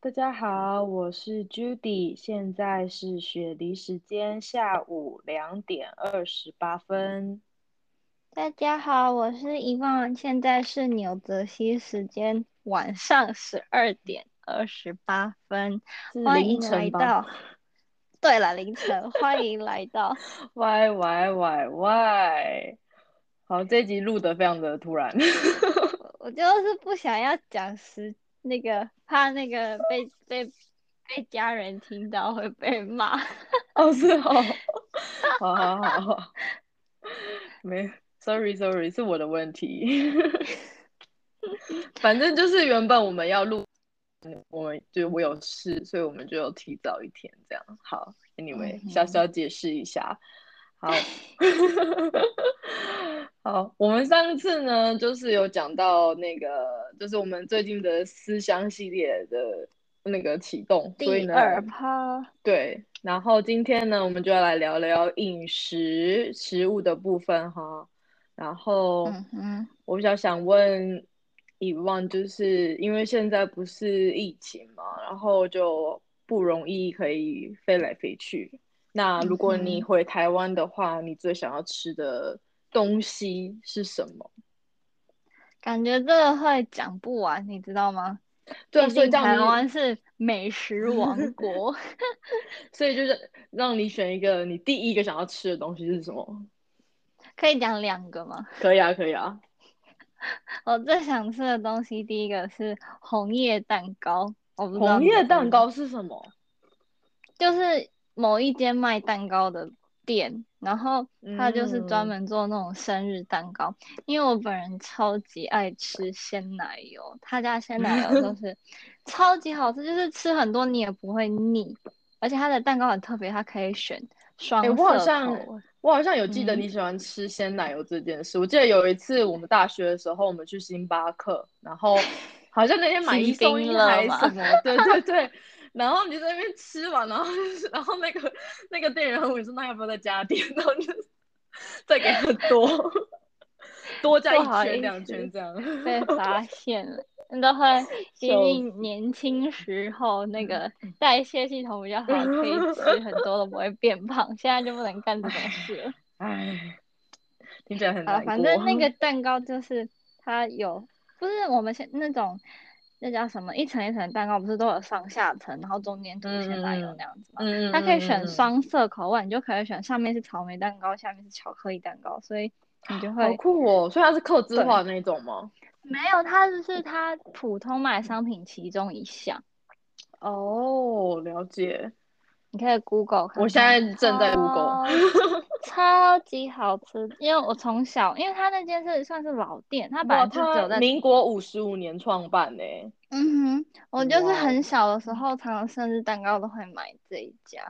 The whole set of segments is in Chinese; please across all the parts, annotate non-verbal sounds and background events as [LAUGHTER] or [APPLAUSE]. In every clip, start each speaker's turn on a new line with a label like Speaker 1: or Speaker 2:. Speaker 1: 大家好，我是 Judy，现在是雪梨时间下午两点二十八分。
Speaker 2: 大家好，我是遗忘，现在是纽泽西时间晚上十二点二十八分，
Speaker 1: 是
Speaker 2: 欢
Speaker 1: 凌
Speaker 2: 迎
Speaker 1: 晨
Speaker 2: 来
Speaker 1: 吧
Speaker 2: 到。对了，凌晨，欢迎来到。
Speaker 1: 喂喂喂喂，好，这一集录得非常的突然。
Speaker 2: 我我就是不想要讲时那个，怕那个被被被家人听到会被骂。
Speaker 1: 哦，是哦，好好好好，没，sorry sorry，是我的问题。 [LAUGHS] 反正就是原本我们要录，我们就我有事，所以我们就有提早一天这样。好，anyway，
Speaker 2: 嗯哼
Speaker 1: 小小解释一下。
Speaker 2: [LAUGHS]
Speaker 1: 好，好，我们上次呢，就是有讲到那个，就是我们最近的思乡系列的那个启动，所以
Speaker 2: 第
Speaker 1: 呢，哦
Speaker 2: 二趴，
Speaker 1: 对，然后今天呢，我们就要来聊聊饮食食物的部分哈。然后
Speaker 2: 嗯哼，
Speaker 1: 我比较想问以望，就是因为现在不是疫情嘛，然后就不容易可以飞来飞去。那如果你
Speaker 2: 嗯哼
Speaker 1: 回台湾的话，你最想要吃的东西是什么？
Speaker 2: 感觉这个会讲不完，你知道吗？
Speaker 1: 对啊，
Speaker 2: 毕
Speaker 1: 所以
Speaker 2: 竟
Speaker 1: 这样
Speaker 2: 台
Speaker 1: 你
Speaker 2: 湾是美食王
Speaker 1: [LAUGHS]
Speaker 2: 国。
Speaker 1: 所以就是让你选一个你第一个想要吃的东西是什么？
Speaker 2: 可以讲两个吗？
Speaker 1: 可以啊，可以啊。
Speaker 2: 我最想吃的东西，第一个是红叶蛋糕，我不知道
Speaker 1: 红
Speaker 2: 你有
Speaker 1: 叶
Speaker 2: 没有
Speaker 1: 蛋糕是什么？
Speaker 2: 就是某一间卖蛋糕的店，然后它就是专
Speaker 1: 嗯
Speaker 2: 门做那种生日蛋糕。因为我本人超级爱吃鲜奶油，他家鲜奶油
Speaker 1: [LAUGHS]
Speaker 2: 就是超级好吃，就是吃很多你也不会腻，而且它的蛋糕很特别，它可以选双
Speaker 1: 哎、我好
Speaker 2: 色
Speaker 1: 像
Speaker 2: 口味。
Speaker 1: 我好像有记得
Speaker 2: 嗯
Speaker 1: 你喜欢吃鲜奶油这件事。我记得有一次我们大学的时候，我们去星巴克，然后好像那天买一
Speaker 2: 星
Speaker 1: 送
Speaker 2: 冰
Speaker 1: 一
Speaker 2: 乐
Speaker 1: 还是什
Speaker 2: [LAUGHS] 嘛，
Speaker 1: 么，对对对。然后你就在那边吃完，然后就是然后那个那个店员和我说：“那要不要再加点？”然后就 [LAUGHS] 再给他多多加
Speaker 2: 不
Speaker 1: 一
Speaker 2: 好
Speaker 1: 圈
Speaker 2: 意
Speaker 1: 两圈
Speaker 2: 思。
Speaker 1: 这样。
Speaker 2: [LAUGHS] 被发现了， [LAUGHS] 都会毕
Speaker 1: 笑嗯
Speaker 2: 竟年轻时候那个代谢系统比较好，可
Speaker 1: [LAUGHS]
Speaker 2: 以吃很多都不会变胖，现在就不能干这种
Speaker 1: 哎
Speaker 2: 事了。
Speaker 1: 哎，听起来很
Speaker 2: 啊，
Speaker 1: 难
Speaker 2: 反
Speaker 1: 过。
Speaker 2: 正
Speaker 1: [LAUGHS]
Speaker 2: 那个蛋糕就是它有，不是我们现那种那叫什么一层一层的蛋糕，不是都有上下层，然后中间涂鲜奶油
Speaker 1: 嗯
Speaker 2: 那样子
Speaker 1: 嗯
Speaker 2: 吗？
Speaker 1: 嗯
Speaker 2: 它可以选
Speaker 1: 嗯嗯，
Speaker 2: 双色口味，你就可以选上面是草莓蛋糕，下面是巧克力蛋糕，所以你就
Speaker 1: 好
Speaker 2: 会。
Speaker 1: 酷哦！所以它是客制化
Speaker 2: 对。
Speaker 1: 的那种吗？
Speaker 2: 没有，它就是它普通卖商品其中一项，
Speaker 1: 哦，了解。
Speaker 2: 你可以 Google
Speaker 1: 我
Speaker 2: 看
Speaker 1: 现
Speaker 2: 看，
Speaker 1: 在正在 Google，
Speaker 2: 超
Speaker 1: [LAUGHS]
Speaker 2: 超级好吃。因为我从小，因为它那间是算是老店，它本
Speaker 1: 哇，
Speaker 2: 来就只
Speaker 1: 他
Speaker 2: 有在，
Speaker 1: 民国五十五年创办呢，
Speaker 2: 嗯哼，我就是
Speaker 1: 哇
Speaker 2: 很
Speaker 1: 哦，
Speaker 2: 小的时候，常常生日蛋糕都会买这一家，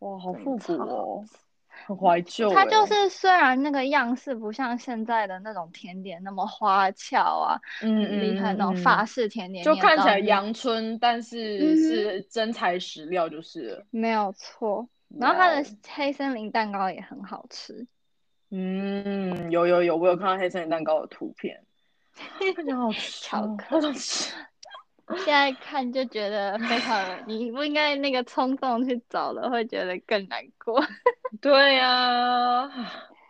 Speaker 1: 哇，好
Speaker 2: 真的
Speaker 1: 复古
Speaker 2: 超好
Speaker 1: 哦，
Speaker 2: 吃。
Speaker 1: 很怀旧
Speaker 2: 它就
Speaker 1: 哎，
Speaker 2: 是虽然那个样式不像现在的那种甜点那么花俏啊，
Speaker 1: 嗯
Speaker 2: 很厉害
Speaker 1: 嗯
Speaker 2: 那种
Speaker 1: 嗯
Speaker 2: 法
Speaker 1: 嗯，
Speaker 2: 式甜点，
Speaker 1: 就
Speaker 2: 你也知
Speaker 1: 看起
Speaker 2: 道
Speaker 1: 来
Speaker 2: 就是，
Speaker 1: 阳春，但是
Speaker 2: 嗯哼。
Speaker 1: 是真材实料，就是了，
Speaker 2: 没有错，然后
Speaker 1: 哇
Speaker 2: 它
Speaker 1: 哦，
Speaker 2: 的黑森林蛋糕也很好吃，
Speaker 1: 嗯，有有有，我有看到黑森林蛋糕的图片，看起来
Speaker 2: [LAUGHS]
Speaker 1: 好吃
Speaker 2: 巧
Speaker 1: 哦，好
Speaker 2: 克
Speaker 1: 想
Speaker 2: 力。
Speaker 1: 吃，
Speaker 2: 现在看就觉得非常 [LAUGHS] 的，你不应该那个冲动去找了，会觉得更难过。
Speaker 1: 对呀，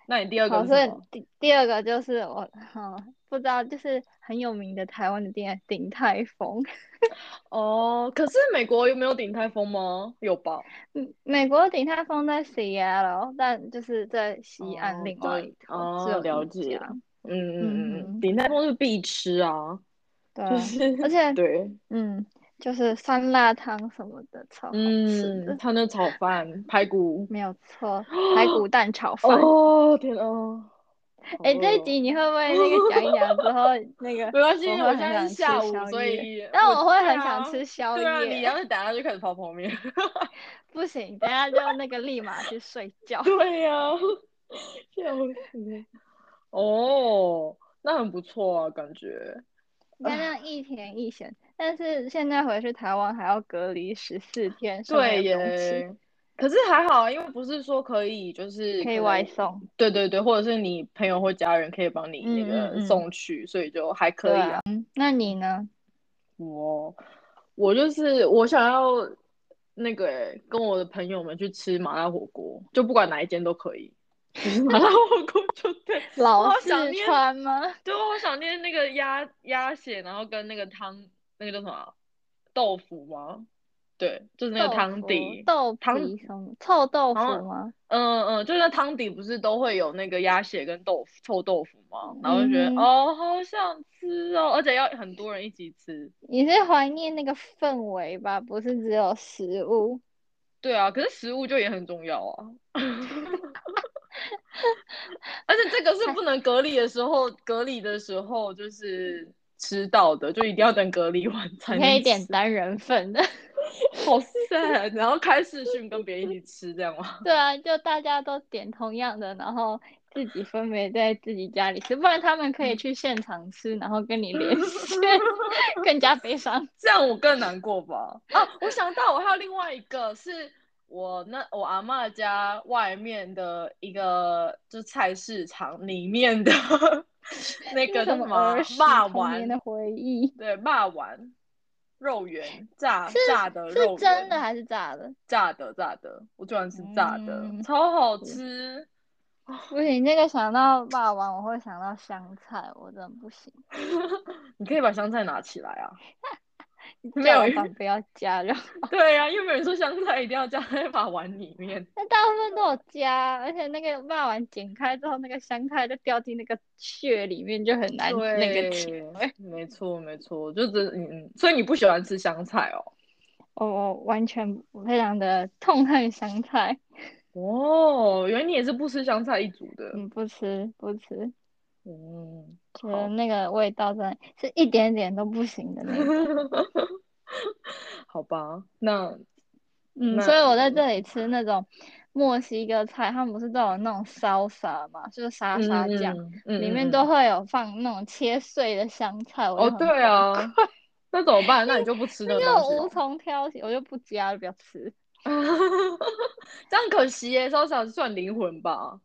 Speaker 1: 那你第二个
Speaker 2: 好，
Speaker 1: 是
Speaker 2: 所
Speaker 1: 什
Speaker 2: 以
Speaker 1: 么？
Speaker 2: 第第二个就是我，嗯，不知道，就是很有名的台湾的店鼎泰丰，
Speaker 1: 哦，可是美国有没有鼎泰丰吗？有吧？
Speaker 2: 嗯，美国鼎泰丰在 Seattle，但就是在西岸
Speaker 1: 哦，
Speaker 2: 另外
Speaker 1: 对，
Speaker 2: 一头只
Speaker 1: 哦，
Speaker 2: 有
Speaker 1: 了
Speaker 2: 一
Speaker 1: 解，
Speaker 2: 家，
Speaker 1: 嗯嗯嗯嗯，
Speaker 2: 嗯哼，
Speaker 1: 鼎泰丰是必吃啊，
Speaker 2: 对，
Speaker 1: 就是
Speaker 2: 而
Speaker 1: [LAUGHS]
Speaker 2: 且，
Speaker 1: 对，
Speaker 2: 嗯，就是酸辣汤什么的超好吃
Speaker 1: 嗯，
Speaker 2: 哦的。
Speaker 1: 他那炒饭排
Speaker 2: [LAUGHS]
Speaker 1: 骨，
Speaker 2: 没有
Speaker 1: [LAUGHS]
Speaker 2: 错，排骨蛋炒饭。
Speaker 1: 哦天哦，好
Speaker 2: 哎，
Speaker 1: 饿
Speaker 2: 这一
Speaker 1: 哦，
Speaker 2: 集你会不会那个讲一讲之后，那个
Speaker 1: 没关系，
Speaker 2: 我
Speaker 1: 我
Speaker 2: 会
Speaker 1: 现
Speaker 2: 很
Speaker 1: 在是
Speaker 2: 想吃
Speaker 1: 下午，
Speaker 2: 宵
Speaker 1: 所
Speaker 2: 夜，
Speaker 1: 以
Speaker 2: 但
Speaker 1: 我
Speaker 2: 我会
Speaker 1: 对
Speaker 2: 很想
Speaker 1: 啊，
Speaker 2: 吃宵
Speaker 1: 对啊，你要
Speaker 2: 夜。
Speaker 1: 是等下就开始泡泡
Speaker 2: [LAUGHS]
Speaker 1: 面，
Speaker 2: 不行，等下就那个立马去睡 [LAUGHS] 觉。
Speaker 1: 对啊呀，笑死，哦，那很不错啊，感觉
Speaker 2: 你看这
Speaker 1: 啊，
Speaker 2: 样一甜一咸，但是现在回去台湾还要隔离十四天，什么
Speaker 1: 对
Speaker 2: 也不用吃，
Speaker 1: 耶，可是还好啊，因为不是说可以，就是
Speaker 2: 可以
Speaker 1: 可
Speaker 2: 外
Speaker 1: 能，
Speaker 2: 送。
Speaker 1: 对对对，或者是你朋友或家人可以帮你那
Speaker 2: 嗯嗯
Speaker 1: 个
Speaker 2: 嗯，
Speaker 1: 送去，所以就还
Speaker 2: 对
Speaker 1: 可以
Speaker 2: 啊，
Speaker 1: 啦。
Speaker 2: 嗯，那你呢？
Speaker 1: 我我就是我想要那个、欸、跟我的朋友们去吃麻辣火锅，就不管哪一间都可以，就是麻辣火锅就对。
Speaker 2: [LAUGHS] 老
Speaker 1: 好
Speaker 2: 四
Speaker 1: 想念
Speaker 2: 川吗？
Speaker 1: [LAUGHS] 对，啊我好想念那个鸭鸭血，然后跟那个汤，那个叫什么啊豆腐吗？ [LAUGHS] 对，就是 [LAUGHS] 那个汤底。
Speaker 2: 豆腐、
Speaker 1: 汤
Speaker 2: 豆皮什么臭豆腐
Speaker 1: 好像
Speaker 2: 吗？
Speaker 1: 嗯嗯，就是那汤底不是都会有那个鸭血跟豆腐、臭豆腐吗？然后就觉得、
Speaker 2: 嗯哼
Speaker 1: 哦，好想吃哦，而且要很多人一起吃。
Speaker 2: 你是怀念那个氛围吧？不是只有食物。
Speaker 1: 对啊，可是食物就也很重要啊。 [LAUGHS] 而且这个是不能隔离的时候，隔离的时候就是吃到的，就一定要等隔离完才
Speaker 2: 你
Speaker 1: 能
Speaker 2: 可以点
Speaker 1: 吃
Speaker 2: 单人份的，
Speaker 1: 好 sad，然后开视讯跟别人一起吃这样吗？
Speaker 2: [LAUGHS] 对啊，就大家都点同样的，然后自己分别在自己家里吃，不然他们可以去现场吃，然后跟你连线， [LAUGHS] 更加悲伤。
Speaker 1: 这样我更难过吧？啊，我想到我还有另外一个是。我那我阿嬷家外面的一个就菜市场里面的 [LAUGHS] 那个叫
Speaker 2: 什
Speaker 1: 什
Speaker 2: 么
Speaker 1: 么啊
Speaker 2: 儿时
Speaker 1: 霸
Speaker 2: 童年
Speaker 1: 丸，
Speaker 2: 的回忆？
Speaker 1: 对，霸丸肉圆炸
Speaker 2: 是
Speaker 1: 炸的
Speaker 2: 是
Speaker 1: 肉
Speaker 2: 真的
Speaker 1: 圆
Speaker 2: 还是假的？
Speaker 1: 炸的炸的，我喜欢吃炸的，
Speaker 2: 嗯
Speaker 1: 超好吃。
Speaker 2: 不行，这个想到霸王，我会想到香菜，我真的不行。
Speaker 1: 你可以把香菜拿起来啊。 [LAUGHS] 没
Speaker 2: 叫
Speaker 1: 有
Speaker 2: 我反不要加肉， [LAUGHS]
Speaker 1: 对呀、啊，因为没有人说香菜一定要加在把碗里面。
Speaker 2: [LAUGHS] 那大部分都有加，而且那个霸王剪开之后，那个香菜就掉进那个血里面，就很难那个甜
Speaker 1: 对
Speaker 2: 味。
Speaker 1: 没错没错，就真嗯，嗯所以你不喜欢吃香菜哦？
Speaker 2: 我我完全非常的 [LAUGHS] 痛恨香菜，
Speaker 1: 哦，原来你也是不吃香菜一族的。
Speaker 2: 嗯，不吃不吃，
Speaker 1: 嗯，
Speaker 2: 觉
Speaker 1: 好
Speaker 2: 得那个味道真的是一点点都不行的那种。
Speaker 1: [LAUGHS] 好吧，那 [LAUGHS]
Speaker 2: 嗯，
Speaker 1: 那
Speaker 2: 所以我在这里吃那种墨西哥菜，他们不是都有那种烧沙嘛，就是沙沙酱。
Speaker 1: 嗯嗯
Speaker 2: 里面
Speaker 1: 嗯
Speaker 2: 都
Speaker 1: 嗯
Speaker 2: 会有放那种切碎的香菜，我
Speaker 1: 哦，
Speaker 2: 就很
Speaker 1: 对啊， [LAUGHS] 那怎么办？那你就不吃
Speaker 2: 崩
Speaker 1: 那个
Speaker 2: 溃，因
Speaker 1: 东
Speaker 2: 为我
Speaker 1: 西
Speaker 2: 无从挑起，我就不加，就不要吃，
Speaker 1: 哦， [LAUGHS] 这样可惜耶，烧香算灵魂吧。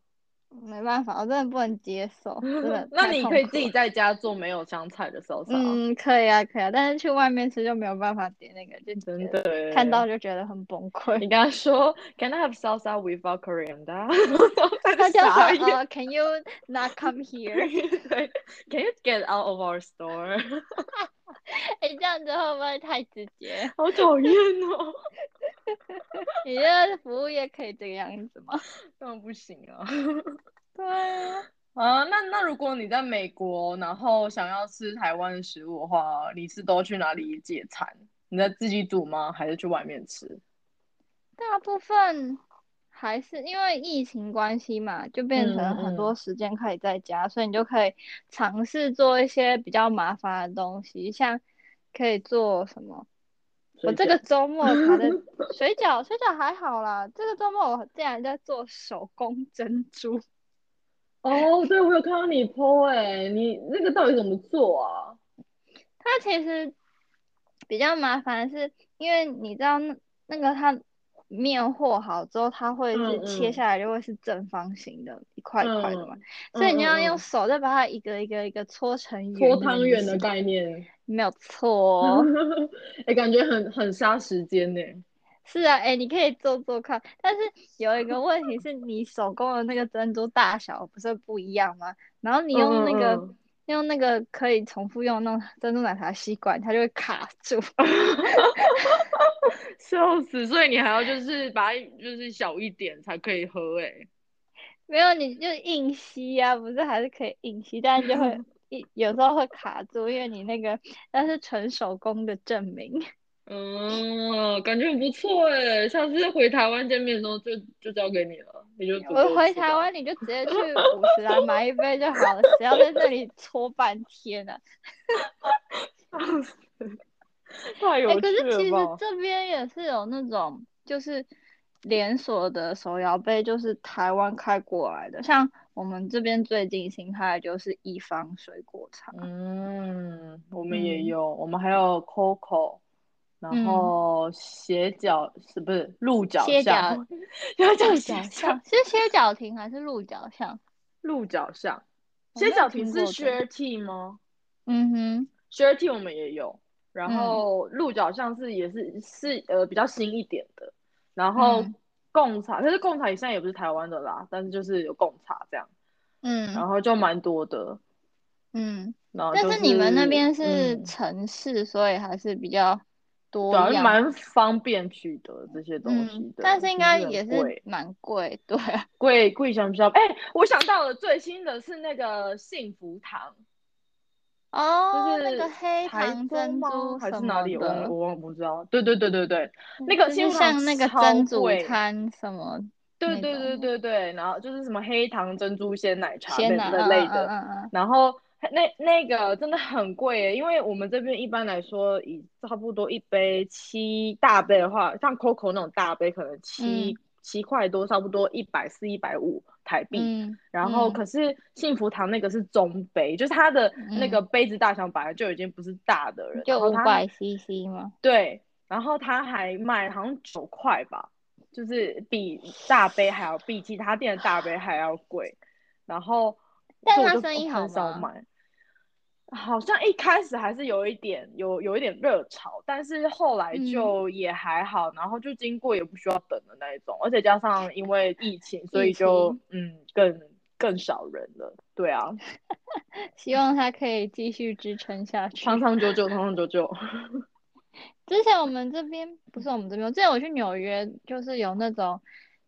Speaker 2: 没办法，我真的不能接受，真的
Speaker 1: [LAUGHS] 那
Speaker 2: 太
Speaker 1: 你
Speaker 2: 痛
Speaker 1: 可以
Speaker 2: 苦
Speaker 1: 自己
Speaker 2: 了。
Speaker 1: 在家做没有香菜的烧香。
Speaker 2: 嗯，可以啊，可以啊，但是去外面吃就没有办法点那个，就觉
Speaker 1: 真
Speaker 2: 得
Speaker 1: 的耶
Speaker 2: 看到就觉得很崩
Speaker 1: [LAUGHS]
Speaker 2: 溃。[LAUGHS]
Speaker 1: 你跟他说，Can I have salsa without coriander？ [LAUGHS]
Speaker 2: 他就
Speaker 1: 傻眼
Speaker 2: 说呃，Can you not come [LAUGHS] here？
Speaker 1: 对，Can you get out of our store？
Speaker 2: 哎，这样子会不会太直接？
Speaker 1: 好讨厌哦，
Speaker 2: 你的服务业可以这个样子吗？
Speaker 1: 当然不行 [LAUGHS] 啊。
Speaker 2: 对啊，
Speaker 1: 啊，那那如果你在美国，然后想要吃台湾的食物的话，你是都去哪里解馋？你在自己煮吗？还是去外面吃？
Speaker 2: 大部分还是因为疫情关系嘛，就变成
Speaker 1: 嗯
Speaker 2: 很
Speaker 1: 嗯
Speaker 2: 多时间可以在家，所以你就可以尝试做一些比较麻烦的东西，像可以做什么？我
Speaker 1: 水
Speaker 2: 这
Speaker 1: 饺
Speaker 2: 个周末还 [LAUGHS] 在水饺，水饺还好啦。这个周末我竟然在做手工珍珠，
Speaker 1: 哦，对，我有看到你 PO 哎、你那个到底怎么做啊？
Speaker 2: 它其实比较麻烦的是，因为你知道那那个它面和好之后，它会
Speaker 1: 嗯
Speaker 2: 是
Speaker 1: 嗯
Speaker 2: 切下来就会是正方形的，一块一块的嘛。
Speaker 1: 嗯
Speaker 2: 所以你要
Speaker 1: 嗯
Speaker 2: 用
Speaker 1: 嗯
Speaker 2: 手再把它一个一个一个搓成
Speaker 1: 搓
Speaker 2: 圆
Speaker 1: 汤圆
Speaker 2: 圆
Speaker 1: 的
Speaker 2: 形，
Speaker 1: 概 [LAUGHS] 念。
Speaker 2: 没有错
Speaker 1: [LAUGHS]
Speaker 2: 哦。
Speaker 1: 哎、感觉很很杀时间呢、欸
Speaker 2: 是啊，哎，你可以做做看，但是有一个问题是你手工的那个珍珠大小不是不一样吗？然后你用那个、
Speaker 1: 嗯
Speaker 2: 用那个可以重复用那种珍珠奶茶吸管，它就会卡住。
Speaker 1: 笑死！所以你还要就是把它就是小一点才可以喝哎、
Speaker 2: 没有，你就硬吸啊，不是还是可以硬吸，但是就 [LAUGHS] 会一有时候会卡住，因为你那个那是纯手工的证明。
Speaker 1: 嗯，感觉很不错哎、下次回台湾见面的时候就就交给你了，你就煮给
Speaker 2: 我回
Speaker 1: 吃
Speaker 2: 台
Speaker 1: 吧。
Speaker 2: 湾你就直接去五十来买一杯就好了，谁要在这里搓半天呢、啊？
Speaker 1: 太有
Speaker 2: 哎、可
Speaker 1: 趣
Speaker 2: 是其
Speaker 1: 了
Speaker 2: 实
Speaker 1: 吧！
Speaker 2: 这边也是有那种就是连锁的手摇杯，就是台湾开过来的，像我们这边最近新开的就是一方水果茶。 [LAUGHS]
Speaker 1: 嗯，我们也
Speaker 2: 嗯
Speaker 1: 有，我们还有 Coco，然
Speaker 2: 嗯
Speaker 1: 后斜角是不是鹿角
Speaker 2: 歇
Speaker 1: 巷？
Speaker 2: 脚
Speaker 1: [LAUGHS] 要叫
Speaker 2: 鹿
Speaker 1: 斜
Speaker 2: 角
Speaker 1: 角
Speaker 2: 巷是歇脚亭还是鹿角巷？
Speaker 1: 鹿角巷，
Speaker 2: 我
Speaker 1: 斜
Speaker 2: 没有
Speaker 1: 角亭
Speaker 2: 听
Speaker 1: 是
Speaker 2: 过这
Speaker 1: share tea 吗
Speaker 2: 嗯哼，
Speaker 1: ？share tea 我们也有，然
Speaker 2: 嗯
Speaker 1: 后鹿角巷是也是是呃比较新一点的，然后
Speaker 2: 嗯
Speaker 1: 贡茶，可是贡茶现在也不是台湾的啦，但是就是有贡茶这样，然
Speaker 2: 嗯
Speaker 1: 后就蛮多的。
Speaker 2: 嗯，
Speaker 1: 然后
Speaker 2: 但
Speaker 1: 就是
Speaker 2: 你们那边是
Speaker 1: 嗯
Speaker 2: 城市，所以还是比较多
Speaker 1: 主要是
Speaker 2: 样。
Speaker 1: 蛮方便取得这些东西
Speaker 2: 嗯
Speaker 1: 的，，
Speaker 2: 但是应该也
Speaker 1: 很
Speaker 2: 是
Speaker 1: 贵 [LAUGHS]
Speaker 2: 蛮贵， [LAUGHS] 对啊，
Speaker 1: 贵贵香蕉。哎、我想到了最新的是那个幸福堂，
Speaker 2: 哦，那
Speaker 1: 就是
Speaker 2: 个黑
Speaker 1: 台中
Speaker 2: 糖珍
Speaker 1: 吗
Speaker 2: 珠
Speaker 1: 还是
Speaker 2: 什
Speaker 1: 哪
Speaker 2: 么
Speaker 1: 里？我忘
Speaker 2: 的，
Speaker 1: 我忘不知道。对对对对对，那
Speaker 2: 嗯
Speaker 1: 个
Speaker 2: 就
Speaker 1: 幸
Speaker 2: 是
Speaker 1: 福堂
Speaker 2: 像那个
Speaker 1: 超
Speaker 2: 珍珠
Speaker 1: 贵
Speaker 2: 餐什么
Speaker 1: 对
Speaker 2: 那
Speaker 1: 对对
Speaker 2: 种的
Speaker 1: 对对，然后就是什么黑糖珍珠鲜奶茶
Speaker 2: 鲜
Speaker 1: 那
Speaker 2: 奶，
Speaker 1: 那
Speaker 2: 嗯
Speaker 1: 类
Speaker 2: 嗯
Speaker 1: 的，
Speaker 2: 嗯嗯
Speaker 1: 然后那那个真的很贵耶，因为我们这边一般来说，以差不多一杯七大杯的话，像 COCO 那种大杯，可能七
Speaker 2: 嗯
Speaker 1: 七块多，差不多一百四、一百五台币。
Speaker 2: 嗯
Speaker 1: 然后
Speaker 2: 嗯
Speaker 1: 可是幸福堂那个是中杯，就是它的那个
Speaker 2: 嗯，
Speaker 1: 杯子大小本来就已经不是大的人，然
Speaker 2: 就
Speaker 1: 后
Speaker 2: 五
Speaker 1: 它
Speaker 2: 百 CC 嘛，
Speaker 1: 对，然后它还卖好像九块吧，就是比大杯还要比其他店的大杯还要贵，然后
Speaker 2: 但
Speaker 1: 所以我
Speaker 2: 他
Speaker 1: 就
Speaker 2: 生意好
Speaker 1: 很少
Speaker 2: 吗？
Speaker 1: 买。好像一开始还是有一点有有一点热潮，但是后来
Speaker 2: 嗯，
Speaker 1: 就也还好，然后就经过也不需要等的那一种，而且加上因为疫情，所
Speaker 2: 疫
Speaker 1: 以就
Speaker 2: 情，
Speaker 1: 嗯更更少人了，对啊，
Speaker 2: 希望它可以继续支撑下
Speaker 1: 长
Speaker 2: 去。
Speaker 1: 长久久，长长久久，
Speaker 2: 之前我们这边不是我们这边，之前我去纽约，就是有那种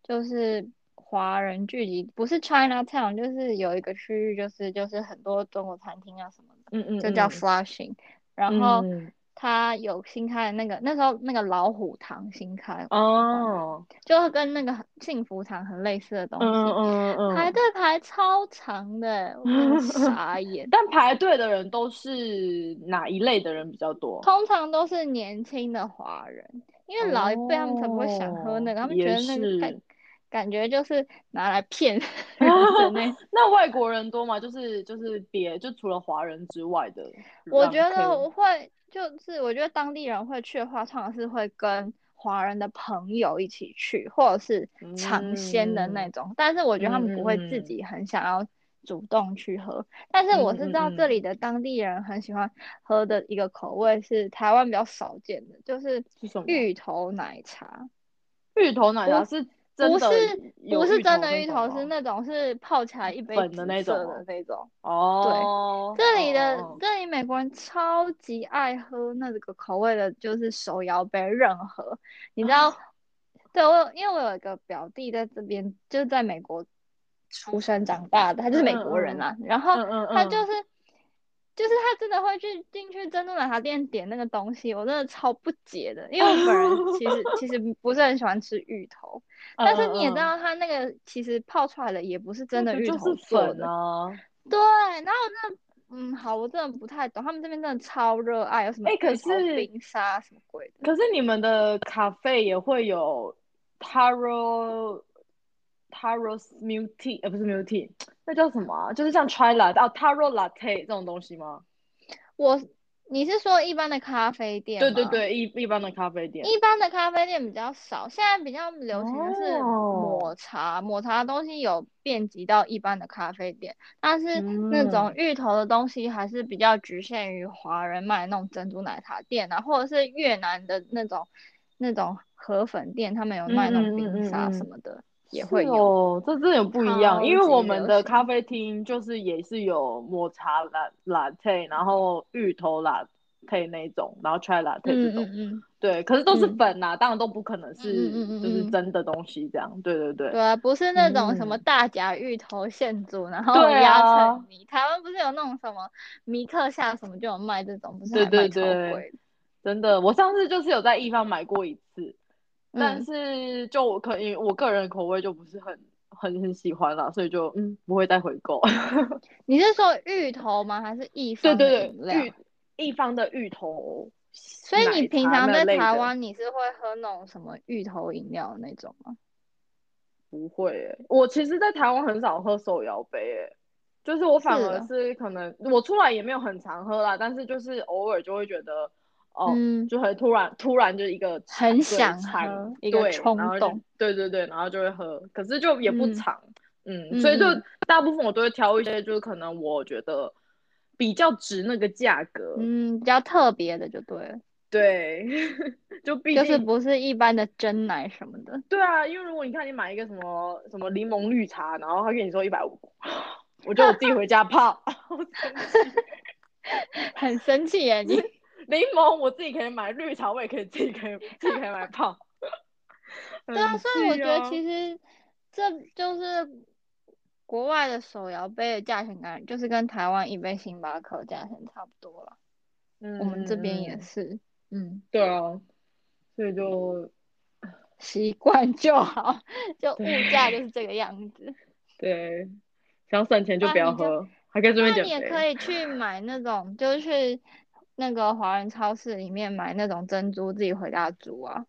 Speaker 2: 就是华人聚集，不是 Chinatown，就是有一个区域，就是就是很多中国餐厅啊什么的，
Speaker 1: 嗯
Speaker 2: 就叫
Speaker 1: 嗯
Speaker 2: Flushing。然后
Speaker 1: 嗯
Speaker 2: 它有新开的那个，那时候那个老虎堂新开，
Speaker 1: 嗯，
Speaker 2: 我忘了，
Speaker 1: 哦。
Speaker 2: 就跟那个幸福堂很类似
Speaker 1: 嗯
Speaker 2: 的东西，排
Speaker 1: 嗯
Speaker 2: 队排超长的，欸我整个
Speaker 1: 嗯，
Speaker 2: 傻眼。
Speaker 1: 但排队的人都是哪一类的人比较多？
Speaker 2: 通常都是年轻的华人，因为老一辈他们才不会想喝
Speaker 1: 哦，
Speaker 2: 那个，他们觉
Speaker 1: 也
Speaker 2: 得那个感
Speaker 1: 是。
Speaker 2: 感觉就是拿来
Speaker 1: [LAUGHS]
Speaker 2: 骗人的那。
Speaker 1: 那外国人多吗？就是就是别就除了华人之外的，
Speaker 2: 我
Speaker 1: 让
Speaker 2: 觉
Speaker 1: 可
Speaker 2: 得
Speaker 1: 以。
Speaker 2: 我会就是我觉得当地人会去的话，通常是会跟华人的朋友一起去，或者是尝鲜的那
Speaker 1: 嗯
Speaker 2: 种。但是我觉得他们不会自
Speaker 1: 嗯
Speaker 2: 己很想要主动去喝。但是
Speaker 1: 嗯
Speaker 2: 我
Speaker 1: 嗯
Speaker 2: 是知
Speaker 1: 嗯
Speaker 2: 道这
Speaker 1: 嗯，
Speaker 2: 里的当地人很喜欢喝的一个口味是台湾比较少见的，就是
Speaker 1: 是什么？
Speaker 2: 芋头奶茶。
Speaker 1: 芋头奶
Speaker 2: 不
Speaker 1: 茶是真
Speaker 2: 不是
Speaker 1: 的
Speaker 2: 不
Speaker 1: 有
Speaker 2: 是
Speaker 1: 芋
Speaker 2: 真
Speaker 1: 头
Speaker 2: 的
Speaker 1: 那
Speaker 2: 芋
Speaker 1: 种
Speaker 2: 头，是
Speaker 1: 吗？
Speaker 2: 那种是泡起来一杯
Speaker 1: 粉的
Speaker 2: 紫
Speaker 1: 那种哦。
Speaker 2: 色的那种。对，
Speaker 1: 哦
Speaker 2: 这
Speaker 1: 哦
Speaker 2: 里的
Speaker 1: 哦
Speaker 2: 这里美国人超级爱喝那个口味的，就是手摇杯任何。你
Speaker 1: 哦，
Speaker 2: 知道，
Speaker 1: 啊，
Speaker 2: 对我有因为我有一个表弟在这边，就是在美国出生长大的，他
Speaker 1: 嗯
Speaker 2: 就是美
Speaker 1: 嗯
Speaker 2: 国人
Speaker 1: 嗯
Speaker 2: 啦、然后
Speaker 1: 嗯嗯
Speaker 2: 他就
Speaker 1: 嗯，
Speaker 2: 是就是他真的会去进去珍珠奶茶店点那个东西，我真的超不解的，因为我本人其实其实不是很喜欢吃芋头。
Speaker 1: 嗯
Speaker 2: 但是
Speaker 1: 嗯
Speaker 2: 你也知
Speaker 1: 嗯，
Speaker 2: 道，它那个其实泡出来的也不是真
Speaker 1: 那
Speaker 2: 的
Speaker 1: 个
Speaker 2: 芋
Speaker 1: 就是
Speaker 2: 头做
Speaker 1: 粉
Speaker 2: 的，
Speaker 1: 啊。
Speaker 2: 对。然后我真的，嗯，好，我真的不太懂，他们这边真的超热爱，有什么
Speaker 1: 哎，可
Speaker 2: 芋头
Speaker 1: 是
Speaker 2: 冰沙什么鬼的，
Speaker 1: 可是你们的咖啡也会有 taro taro milk tea，呃，不是 milk tea，那叫什么啊？就是像 chai latte 哦，taro latte 这种东西吗？
Speaker 2: 我，你是说一般的咖啡店
Speaker 1: 对对
Speaker 2: 吗？
Speaker 1: 对，一一般的咖啡店。
Speaker 2: 一般的咖啡店比较少，现在比较流行的是
Speaker 1: 哦，
Speaker 2: 抹茶，抹茶的东西有遍及到一般的咖啡店，但是那种
Speaker 1: 嗯
Speaker 2: 芋头的东西还是比较局限于华人卖的那种珍珠奶茶店啊，或者是越南的那种那种河粉店，他们有
Speaker 1: 嗯
Speaker 2: 卖那种
Speaker 1: 嗯
Speaker 2: 冰
Speaker 1: 嗯
Speaker 2: 沙
Speaker 1: 嗯
Speaker 2: 什
Speaker 1: 嗯，
Speaker 2: 么的也
Speaker 1: 是
Speaker 2: 会有，
Speaker 1: 哦，这真的有不一样，因
Speaker 2: 超
Speaker 1: 为我
Speaker 2: 级
Speaker 1: 们
Speaker 2: 流
Speaker 1: 的咖
Speaker 2: 行。
Speaker 1: 啡厅就是也是有抹茶 la latte，然后芋头 latte 那种，然后 chai latte 这种。
Speaker 2: 嗯嗯
Speaker 1: 对，可是都是
Speaker 2: 嗯
Speaker 1: 粉呐、当然都不可能
Speaker 2: 嗯嗯嗯
Speaker 1: 是
Speaker 2: 嗯
Speaker 1: 就是
Speaker 2: 嗯嗯，
Speaker 1: 真的东西这样。对对对，
Speaker 2: 对啊，不是那种什么
Speaker 1: 嗯，
Speaker 2: 大甲芋头现煮，然后
Speaker 1: 对
Speaker 2: 压成
Speaker 1: 啊，
Speaker 2: 泥。台湾不是有那种什么米克夏什么就有卖这种，不是
Speaker 1: 对
Speaker 2: 还卖
Speaker 1: 对
Speaker 2: 超
Speaker 1: 对，
Speaker 2: 贵的？
Speaker 1: 真的，我上次就是有在一方买过一次，但
Speaker 2: 嗯，
Speaker 1: 是就我可以我个人口味就不是很很很喜欢啦，所以就嗯不会再回购。 [LAUGHS]
Speaker 2: 你是说芋头吗？还是一
Speaker 1: 对
Speaker 2: 方的
Speaker 1: 对
Speaker 2: 饮
Speaker 1: 对，芋
Speaker 2: 料？
Speaker 1: 一方的芋头
Speaker 2: 所以你
Speaker 1: 奶
Speaker 2: 平
Speaker 1: 茶
Speaker 2: 常
Speaker 1: 那
Speaker 2: 在
Speaker 1: 类
Speaker 2: 台
Speaker 1: 的。
Speaker 2: 湾，你是会喝那种什么芋头饮料的那种吗？
Speaker 1: 不会诶、我其实，在台湾很少喝手摇杯诶、就是我反
Speaker 2: 是
Speaker 1: 而
Speaker 2: 啊，
Speaker 1: 是可能我出来也没有很常喝啦，但是就是偶尔就会觉得，哦，
Speaker 2: 嗯，
Speaker 1: 就很突然突然就一个馋
Speaker 2: 很
Speaker 1: 嘴
Speaker 2: 想
Speaker 1: 馋，
Speaker 2: 喝，一个
Speaker 1: 对，然
Speaker 2: 冲
Speaker 1: 后就
Speaker 2: 动。
Speaker 1: 对对对，然后就会喝，可是就也不
Speaker 2: 嗯
Speaker 1: 常，嗯，所以就
Speaker 2: 嗯嗯
Speaker 1: 大部分我都会挑一些，就是可能我觉得。比较值那个价格。
Speaker 2: 嗯，比较特别的就对了，
Speaker 1: 对， [LAUGHS] 就毕
Speaker 2: 就
Speaker 1: 竟
Speaker 2: 是不是一般的真奶什么的。 [LAUGHS]
Speaker 1: 对啊，因为如果你看你买一个什么什么柠檬绿茶，然后他跟你说一百五，我
Speaker 2: [LAUGHS]
Speaker 1: 就我自己回家泡。 [LAUGHS]
Speaker 2: 很生
Speaker 1: [LAUGHS]
Speaker 2: 气耶！你
Speaker 1: 柠檬我自己可以买，绿茶我也可以自己可以自己可以买泡。 [LAUGHS]
Speaker 2: 对啊，所以我觉得其
Speaker 1: 实
Speaker 2: 实这就是国外的手摇杯的价钱感觉就是跟台湾一杯星巴克价钱差不多了，我们这边
Speaker 1: 嗯
Speaker 2: 也是，嗯，
Speaker 1: 对啊，所以就
Speaker 2: 习惯就好， [LAUGHS] 就物
Speaker 1: 对
Speaker 2: 价就是这个样子。
Speaker 1: 对，想省钱就不要
Speaker 2: 那你
Speaker 1: 喝，还可以顺
Speaker 2: 那
Speaker 1: 便减
Speaker 2: 你也
Speaker 1: 肥。
Speaker 2: 可以去买那种，就是去那个华人超市里面买那种珍珠，自己回家煮啊。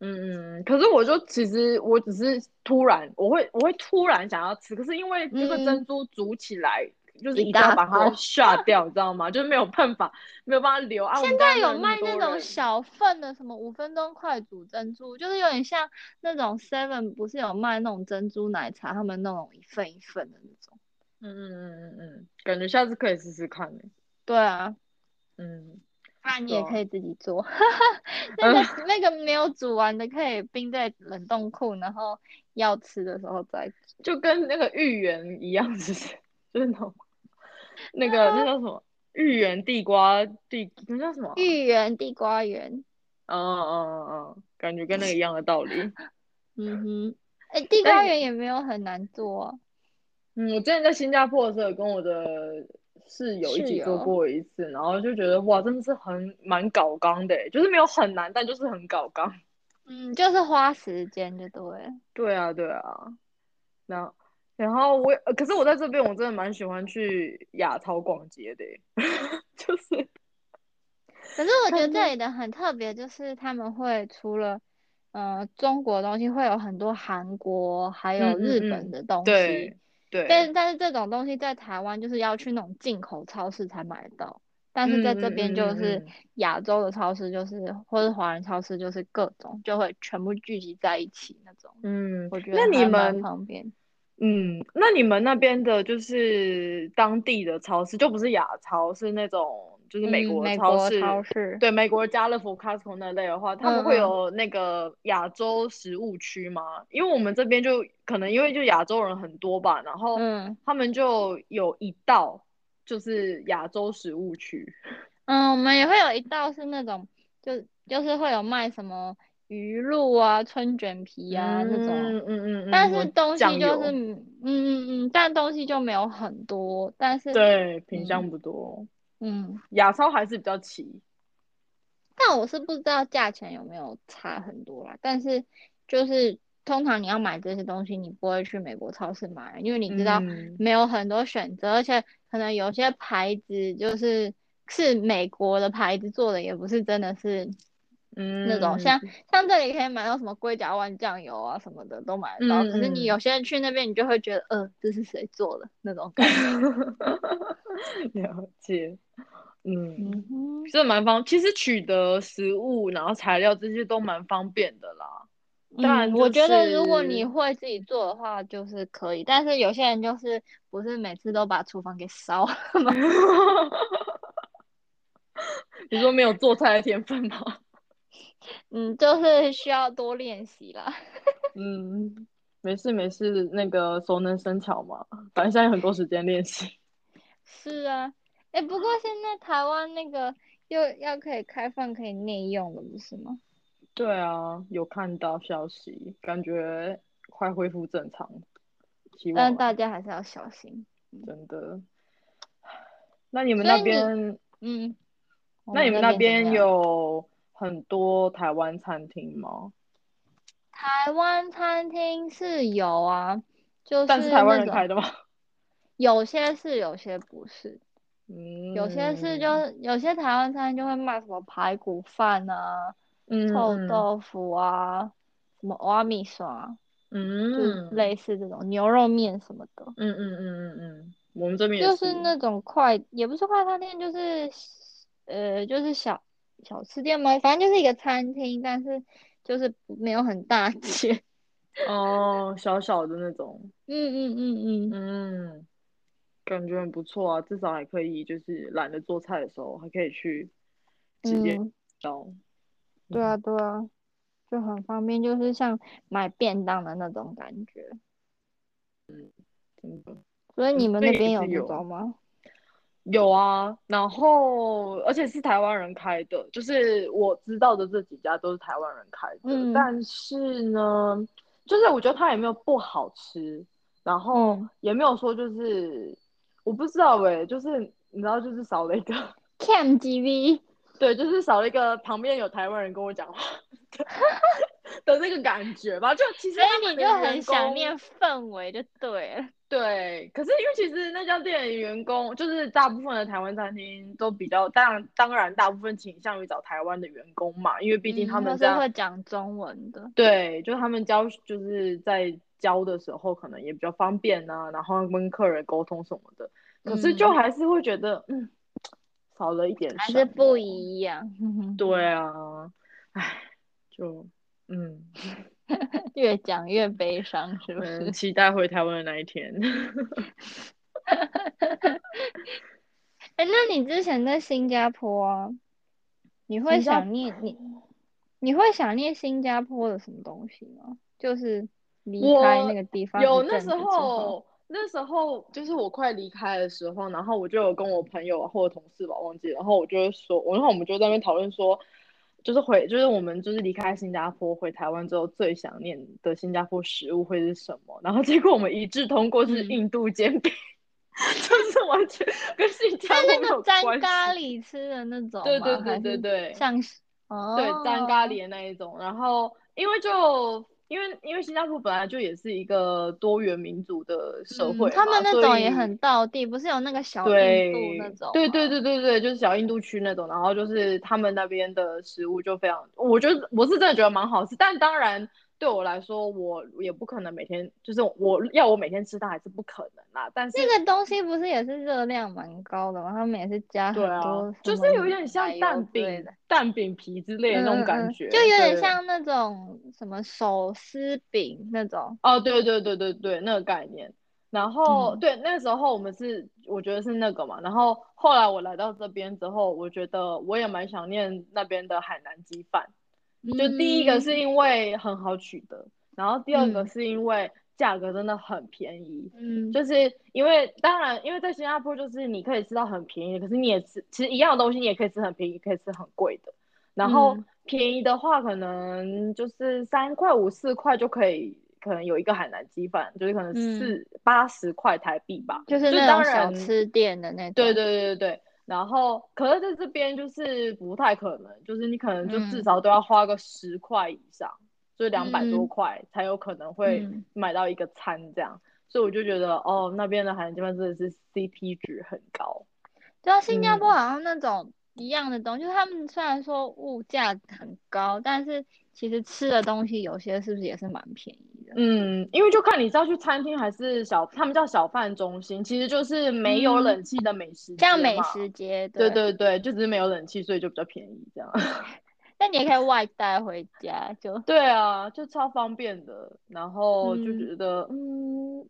Speaker 1: 嗯，可是我就其实我只是突然，我会我会突然想要吃，可是因为这个
Speaker 2: 嗯
Speaker 1: 珍珠煮起来，就是
Speaker 2: 一
Speaker 1: 一定要
Speaker 2: 大
Speaker 1: 把它
Speaker 2: 锅
Speaker 1: 下掉，你知道吗？就是没有办法，没有办法留啊。我
Speaker 2: 现
Speaker 1: 们家
Speaker 2: 在有
Speaker 1: 没
Speaker 2: 卖
Speaker 1: 那么
Speaker 2: 那
Speaker 1: 多
Speaker 2: 种
Speaker 1: 人
Speaker 2: 小份的，什么五分钟快煮珍珠，就是有点像那种 Seven 不是有卖那种珍珠奶茶，他们那种一份一份的那种。
Speaker 1: 嗯嗯嗯嗯嗯，感觉下次可以试试看呢、欸
Speaker 2: 对啊，
Speaker 1: 嗯，
Speaker 2: 不然你
Speaker 1: 对
Speaker 2: 也
Speaker 1: 啊
Speaker 2: 可以自己做。 [LAUGHS] 那个那个没有煮完的可以冰在冷冻库，然后要吃的时候再煮。
Speaker 1: 就跟那个芋圆一样， [LAUGHS] 是不是？就是那种那个那叫什么芋圆地瓜地，那叫什么啊？
Speaker 2: 芋圆、地瓜圆，
Speaker 1: 嗯嗯嗯嗯，感觉跟那个一样的道理。
Speaker 2: 嗯哼，哎、地
Speaker 1: 但
Speaker 2: 瓜
Speaker 1: 你
Speaker 2: 圆也没有很难做啊。
Speaker 1: [LAUGHS] 嗯，我之前在新加坡的时候，有跟我的室友一
Speaker 2: 室
Speaker 1: 起做
Speaker 2: 友
Speaker 1: 过一次，然后就觉得哇，真的是很蛮搞纲的欸，就是没有很难，但就是很搞纲。
Speaker 2: 嗯，就是花时间就对了。
Speaker 1: [LAUGHS] 对啊，对啊。然后，然后我也，呃可是我在这边，我真的蛮喜欢去亚超逛街的欸， [LAUGHS] 就是
Speaker 2: 可是我觉
Speaker 1: 看
Speaker 2: 得
Speaker 1: 到
Speaker 2: 这里的很特别，就是他们会除了呃中国的东西，会有很多韩国还有
Speaker 1: 嗯
Speaker 2: 日
Speaker 1: 嗯
Speaker 2: 本的东西。
Speaker 1: 对对，
Speaker 2: 但但是这种东西在台湾就是要去那种进口超市才买得到，但是在这
Speaker 1: 嗯
Speaker 2: 边
Speaker 1: 嗯
Speaker 2: 就
Speaker 1: 嗯
Speaker 2: 是
Speaker 1: 嗯
Speaker 2: 亚洲的超市，就是或是华人超市，就是各种就会全部聚集在一起那种，
Speaker 1: 嗯，
Speaker 2: 我觉
Speaker 1: 那
Speaker 2: 得
Speaker 1: 你
Speaker 2: 还蛮
Speaker 1: 们
Speaker 2: 方便。
Speaker 1: 嗯，那你们那边的就是当地的超市，就不是亚超，是那种就是美
Speaker 2: 嗯，
Speaker 1: 国的
Speaker 2: 美
Speaker 1: 超
Speaker 2: 国
Speaker 1: 市，
Speaker 2: 超市，
Speaker 1: 对，美国家乐福、Costco 那类的话，他们
Speaker 2: 嗯
Speaker 1: 会
Speaker 2: 嗯，
Speaker 1: 有那个亚洲食物区吗？因为我们这边就可能因为就亚洲人很多吧，然后
Speaker 2: 嗯
Speaker 1: 他们就有一道就是亚洲食物区，
Speaker 2: 嗯，我们也会有一道是那种，就就是会有卖什么鱼露啊、春卷皮啊那种，
Speaker 1: 嗯嗯嗯
Speaker 2: 但
Speaker 1: 嗯，
Speaker 2: 是
Speaker 1: 我
Speaker 2: 东西
Speaker 1: 酱
Speaker 2: 就是，
Speaker 1: 油，
Speaker 2: 嗯嗯嗯，但东西就没有很多，但是，
Speaker 1: 对，品相
Speaker 2: 嗯
Speaker 1: 不多，
Speaker 2: 嗯，
Speaker 1: 亚超还是比较齐，
Speaker 2: 但我是不知道价钱有没有差很多啦，但是就是通常你要买这些东西，你不会去美国超市买，因为你知道
Speaker 1: 嗯。
Speaker 2: 没有很多选择，而且可能有些牌子就是是美国的牌子做的，也不是真的是那种
Speaker 1: 嗯
Speaker 2: 像像这里可以买到什么龟甲万酱油啊什么的都买得到，可是你有
Speaker 1: 嗯
Speaker 2: 些人去那边，你就会觉得，呃，这是谁做的那种感觉。
Speaker 1: 嗯， [LAUGHS] 了解，
Speaker 2: 嗯
Speaker 1: 嗯，
Speaker 2: 哼，
Speaker 1: 这蛮方，其实取得食物，然后材料这些都蛮方便的啦。当
Speaker 2: 嗯，
Speaker 1: 然
Speaker 2: 我
Speaker 1: 就
Speaker 2: 觉得如果你
Speaker 1: 是，
Speaker 2: 会自己做的话，就是可以，但是有些人就是不是每次都把厨房给烧 [LAUGHS] 了吗？
Speaker 1: 你说没有做菜的天分吗？ [LAUGHS]
Speaker 2: 嗯，就是需要多练习啦。 [LAUGHS]
Speaker 1: 嗯，没事没事，那个熟能生巧嘛，反正现在有很多时间练习。 [LAUGHS]
Speaker 2: 是啊，哎，不过现在台湾那个又要可以开放可以内用了，不是吗？
Speaker 1: 对啊，有看到消息，感觉快恢复正常，希望
Speaker 2: 但
Speaker 1: 啦，
Speaker 2: 大家还是要小心。嗯，
Speaker 1: 真的。那你们
Speaker 2: 所
Speaker 1: 那
Speaker 2: 以你，
Speaker 1: 边？
Speaker 2: 嗯，我
Speaker 1: 那你
Speaker 2: 们
Speaker 1: 们
Speaker 2: 那
Speaker 1: 那
Speaker 2: 边怎么
Speaker 1: 边
Speaker 2: 样？
Speaker 1: 有很多台湾餐厅吗？
Speaker 2: 台湾餐厅是有啊，就
Speaker 1: 但是
Speaker 2: 是
Speaker 1: 台湾
Speaker 2: 那
Speaker 1: 人开
Speaker 2: 种
Speaker 1: 的吗？
Speaker 2: 有些是，有些不是。有些是就
Speaker 1: 嗯
Speaker 2: 是有些台湾餐就会卖什么排骨饭啊、臭
Speaker 1: 嗯
Speaker 2: 豆腐啊、什么蚵仔米线啊，就是
Speaker 1: 嗯
Speaker 2: 类似这种牛肉面什么的，
Speaker 1: 嗯嗯嗯嗯嗯嗯，我们这边也，
Speaker 2: 就是是那种快也不是快餐店，就是呃就是小小吃店嘛，反正就是一个餐厅，但是就是不没有很大 [LAUGHS] 间。
Speaker 1: 哦，小小的那种，
Speaker 2: 嗯嗯嗯嗯，
Speaker 1: 嗯，感觉很不错啊，至少还可以就是懒得做菜的时候，还可以去直接
Speaker 2: 嗯，
Speaker 1: 烧。
Speaker 2: 对
Speaker 1: 嗯
Speaker 2: 啊，对啊，就很方便，就是像买便当的那种感觉。
Speaker 1: 嗯真的
Speaker 2: 所以你
Speaker 1: 嗯
Speaker 2: 们
Speaker 1: 这
Speaker 2: 那
Speaker 1: 也
Speaker 2: 边
Speaker 1: 是
Speaker 2: 有这
Speaker 1: 有
Speaker 2: 种吗？
Speaker 1: 有啊，然后而且是台湾人开的，就是我知道的这几家都是台湾人开的，
Speaker 2: 嗯
Speaker 1: 但是呢，就是我觉得它也没有不好吃，然后
Speaker 2: 嗯
Speaker 1: 也没有说就是我不知道哎、就是你知道就是少了一个，
Speaker 2: [LAUGHS] ，Cam TV，
Speaker 1: 对，就是少了一个旁边有台湾人跟我讲话 [LAUGHS] 的那个感觉吧，就其实
Speaker 2: 所以
Speaker 1: [LAUGHS] 他
Speaker 2: 你
Speaker 1: 们
Speaker 2: 就
Speaker 1: 的
Speaker 2: 很
Speaker 1: 员
Speaker 2: 想
Speaker 1: 工
Speaker 2: 念氛围，就对了。
Speaker 1: 对，可是因为其实那家店的员工，就是大部分的台湾餐厅都比较，当然当然大部分倾向于找台湾的员工嘛，因为毕竟
Speaker 2: 嗯
Speaker 1: 他们啊
Speaker 2: 都
Speaker 1: 这
Speaker 2: 是
Speaker 1: 样，
Speaker 2: 会讲中文的。
Speaker 1: 对，就他们教就是在教的时候可能也比较方便呐、然后跟客人沟通什么的，可是就
Speaker 2: 嗯
Speaker 1: 还是会觉得嗯，少了一点
Speaker 2: 还
Speaker 1: 什
Speaker 2: 是不
Speaker 1: 么
Speaker 2: 一样， [LAUGHS]
Speaker 1: 对啊，唉，就嗯，
Speaker 2: 越讲越悲伤，是不
Speaker 1: 很
Speaker 2: [LAUGHS] 是？
Speaker 1: 期待回台湾的那一天。
Speaker 2: 哎，那你之前在新加坡啊，你会
Speaker 1: 新加
Speaker 2: 想念你，你会想念新加坡的什么东西吗？就是离开
Speaker 1: 我
Speaker 2: 那个地方
Speaker 1: 有
Speaker 2: 一
Speaker 1: 那
Speaker 2: 阵
Speaker 1: 时
Speaker 2: 子之后，
Speaker 1: 候，那时候就是我快离开的时候，然后我就有跟我朋友或者同事吧，忘记了，然后我就会说，我然后我们就在那边讨论说，就是回，就是我们就是离开新加坡回台湾之后，最想念的新加坡食物会是什么？然后结果我们一致通过是
Speaker 2: 嗯
Speaker 1: 印度煎饼， [LAUGHS] 就是完全跟新
Speaker 2: [LAUGHS]
Speaker 1: 加
Speaker 2: 它
Speaker 1: 坡
Speaker 2: 那
Speaker 1: 没
Speaker 2: 个
Speaker 1: 有
Speaker 2: 沾
Speaker 1: 关
Speaker 2: 咖
Speaker 1: 系。
Speaker 2: 喱吃的那种
Speaker 1: 对对
Speaker 2: 吗？
Speaker 1: 对
Speaker 2: 还
Speaker 1: 对
Speaker 2: 是
Speaker 1: 对。
Speaker 2: 像是哦，
Speaker 1: 对，沾咖喱的那一种。然后因为就因为因为新加坡本来就也是一个多元民族的社
Speaker 2: 嗯，
Speaker 1: 会
Speaker 2: 他
Speaker 1: 嘛，
Speaker 2: 们那
Speaker 1: 所
Speaker 2: 种也
Speaker 1: 以
Speaker 2: 很道地，不是有那个小印度
Speaker 1: 对
Speaker 2: 那种
Speaker 1: 对对
Speaker 2: 吗？
Speaker 1: 对对对，就是小印度区那种。然后就是他们那边的食物就非常，我觉得我是真的觉得蛮好吃。但当然对我来说，我也不可能每天就是我要我每天吃它还是不可能啦。但是
Speaker 2: 那个东西不是也是热量蛮高的吗？他们也是加
Speaker 1: 对
Speaker 2: 很
Speaker 1: 啊
Speaker 2: 多，什
Speaker 1: 就
Speaker 2: 么
Speaker 1: 是有点像
Speaker 2: 奶油
Speaker 1: 蛋
Speaker 2: 之类
Speaker 1: 饼
Speaker 2: 的，
Speaker 1: 蛋饼皮之类的那
Speaker 2: 嗯
Speaker 1: 种
Speaker 2: 嗯
Speaker 1: 感
Speaker 2: 嗯，
Speaker 1: 觉，
Speaker 2: 就有点
Speaker 1: 对。
Speaker 2: 像那种什么手撕饼那种，
Speaker 1: 哦，对对对对对，那个概念。然后
Speaker 2: 嗯
Speaker 1: 对，那时候我们是，我觉得是那个嘛。然后后来我来到这边之后，我觉得我也蛮想念那边的海南鸡饭。就第一个是因为很好取得，然后第二个
Speaker 2: 嗯
Speaker 1: 是因为价格真的很便宜。
Speaker 2: 嗯嗯，
Speaker 1: 就是因为当然，因为在新加坡就是你可以吃到很便宜的，可是你也吃，其实一样的东西你也可以吃很便宜，可以吃很贵的。然后
Speaker 2: 嗯
Speaker 1: 便宜的话，可能就是三块五四块就可以，可能有一个海南鸡饭，就是可能
Speaker 2: 嗯
Speaker 1: 四八十块台币吧。
Speaker 2: 就是
Speaker 1: 就
Speaker 2: 那
Speaker 1: 当
Speaker 2: 种小
Speaker 1: 然，
Speaker 2: 吃店的那
Speaker 1: 对
Speaker 2: 种，
Speaker 1: 对对对对。然后，可是在这边就是不太可能，就是你可能就至
Speaker 2: 嗯
Speaker 1: 少都要花个十块以上，就两百多
Speaker 2: 嗯
Speaker 1: 块才有可能会
Speaker 2: 嗯，
Speaker 1: 买到一个餐这样。所以我就觉得，哦，那边的海南鸡饭真的是 CP 值很高。
Speaker 2: 对啊，新加坡
Speaker 1: 嗯，
Speaker 2: 好像那种一样的东西，就是他们虽然说物价很高，但是其实吃的东西有些是不是也是蛮便宜的？
Speaker 1: 嗯，因为就看你是要去餐厅还是小，他们叫小贩中心，其实就是没有冷
Speaker 2: 嗯，
Speaker 1: 气的美食
Speaker 2: 像
Speaker 1: 街
Speaker 2: 美
Speaker 1: 嘛。
Speaker 2: 食街，
Speaker 1: 对对
Speaker 2: 对，
Speaker 1: 对，就只是没有冷气，所以就比较便宜这样。
Speaker 2: 但你也可以外带回家，就
Speaker 1: 对啊，就超方便的，然后就
Speaker 2: 嗯。
Speaker 1: 觉得嗯，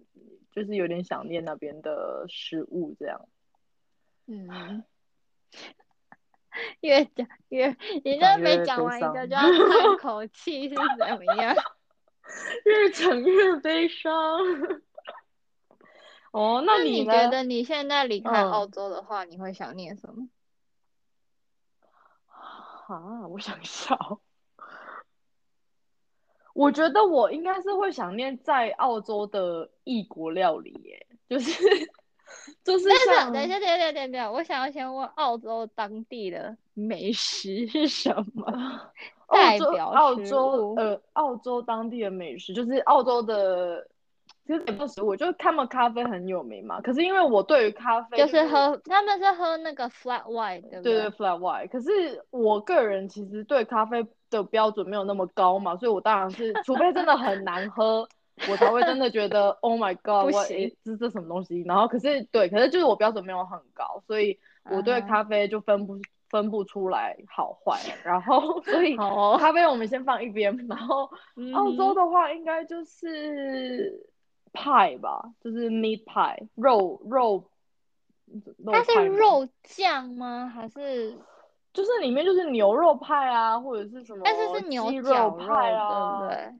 Speaker 1: 就是有点想念那边的食物
Speaker 2: [LAUGHS]
Speaker 1: 这样，
Speaker 2: 嗯， [LAUGHS] 越讲越，你
Speaker 1: 讲
Speaker 2: 这每
Speaker 1: 越
Speaker 2: 讲
Speaker 1: 悲
Speaker 2: 完一个
Speaker 1: [LAUGHS] 伤，
Speaker 2: 就要叹口气是怎么样？
Speaker 1: 越讲越悲伤。哦， [LAUGHS] 那
Speaker 2: 那
Speaker 1: 你
Speaker 2: 你觉
Speaker 1: 呢？
Speaker 2: 得你现在离开澳
Speaker 1: 嗯，
Speaker 2: 洲的话，你会想念什么？
Speaker 1: 啊，我想笑。我觉得我应该是会想念在澳洲的异国料理耶，就是 [LAUGHS] 就是
Speaker 2: 那等等一
Speaker 1: 像
Speaker 2: 下，等一下，等一下，我想要先问澳洲当地的美食是什
Speaker 1: [LAUGHS]
Speaker 2: 么？
Speaker 1: 啊，澳
Speaker 2: 代
Speaker 1: 洲
Speaker 2: 表
Speaker 1: 澳
Speaker 2: 食
Speaker 1: 洲
Speaker 2: 物？
Speaker 1: 呃澳洲当地的美食就是澳洲的，其实也不是食物，就是他们咖啡很有名嘛。可是因为我对于咖啡
Speaker 2: 就
Speaker 1: 就是是
Speaker 2: 喝，他们是喝那个 flat white，对不
Speaker 1: 对对
Speaker 2: 对？
Speaker 1: ，flat white。可是我个人其实对咖啡的标准没有那么高嘛，所以我当然是，除非真的很难喝，我才会真的觉得，Oh
Speaker 2: [LAUGHS]
Speaker 1: my
Speaker 2: 不
Speaker 1: God，what is
Speaker 2: 行
Speaker 1: 这这什么东西？然后可是对，可是就是我标准没有很高，所以我对
Speaker 2: 啊，
Speaker 1: 咖啡就分不分不出来好坏。然后 [LAUGHS] 所以
Speaker 2: 好哦，
Speaker 1: 咖啡我们先放一边，然后澳洲
Speaker 2: 嗯
Speaker 1: 的话应该就是派吧，就是 meat pie 肉肉。肉
Speaker 2: 它
Speaker 1: 派
Speaker 2: 是
Speaker 1: 吗，
Speaker 2: 肉酱吗？还是
Speaker 1: 就是里面就是牛肉派啊，或者是什么，
Speaker 2: 但是是牛
Speaker 1: 鸡
Speaker 2: 绞肉，
Speaker 1: 派啊，
Speaker 2: 对不对？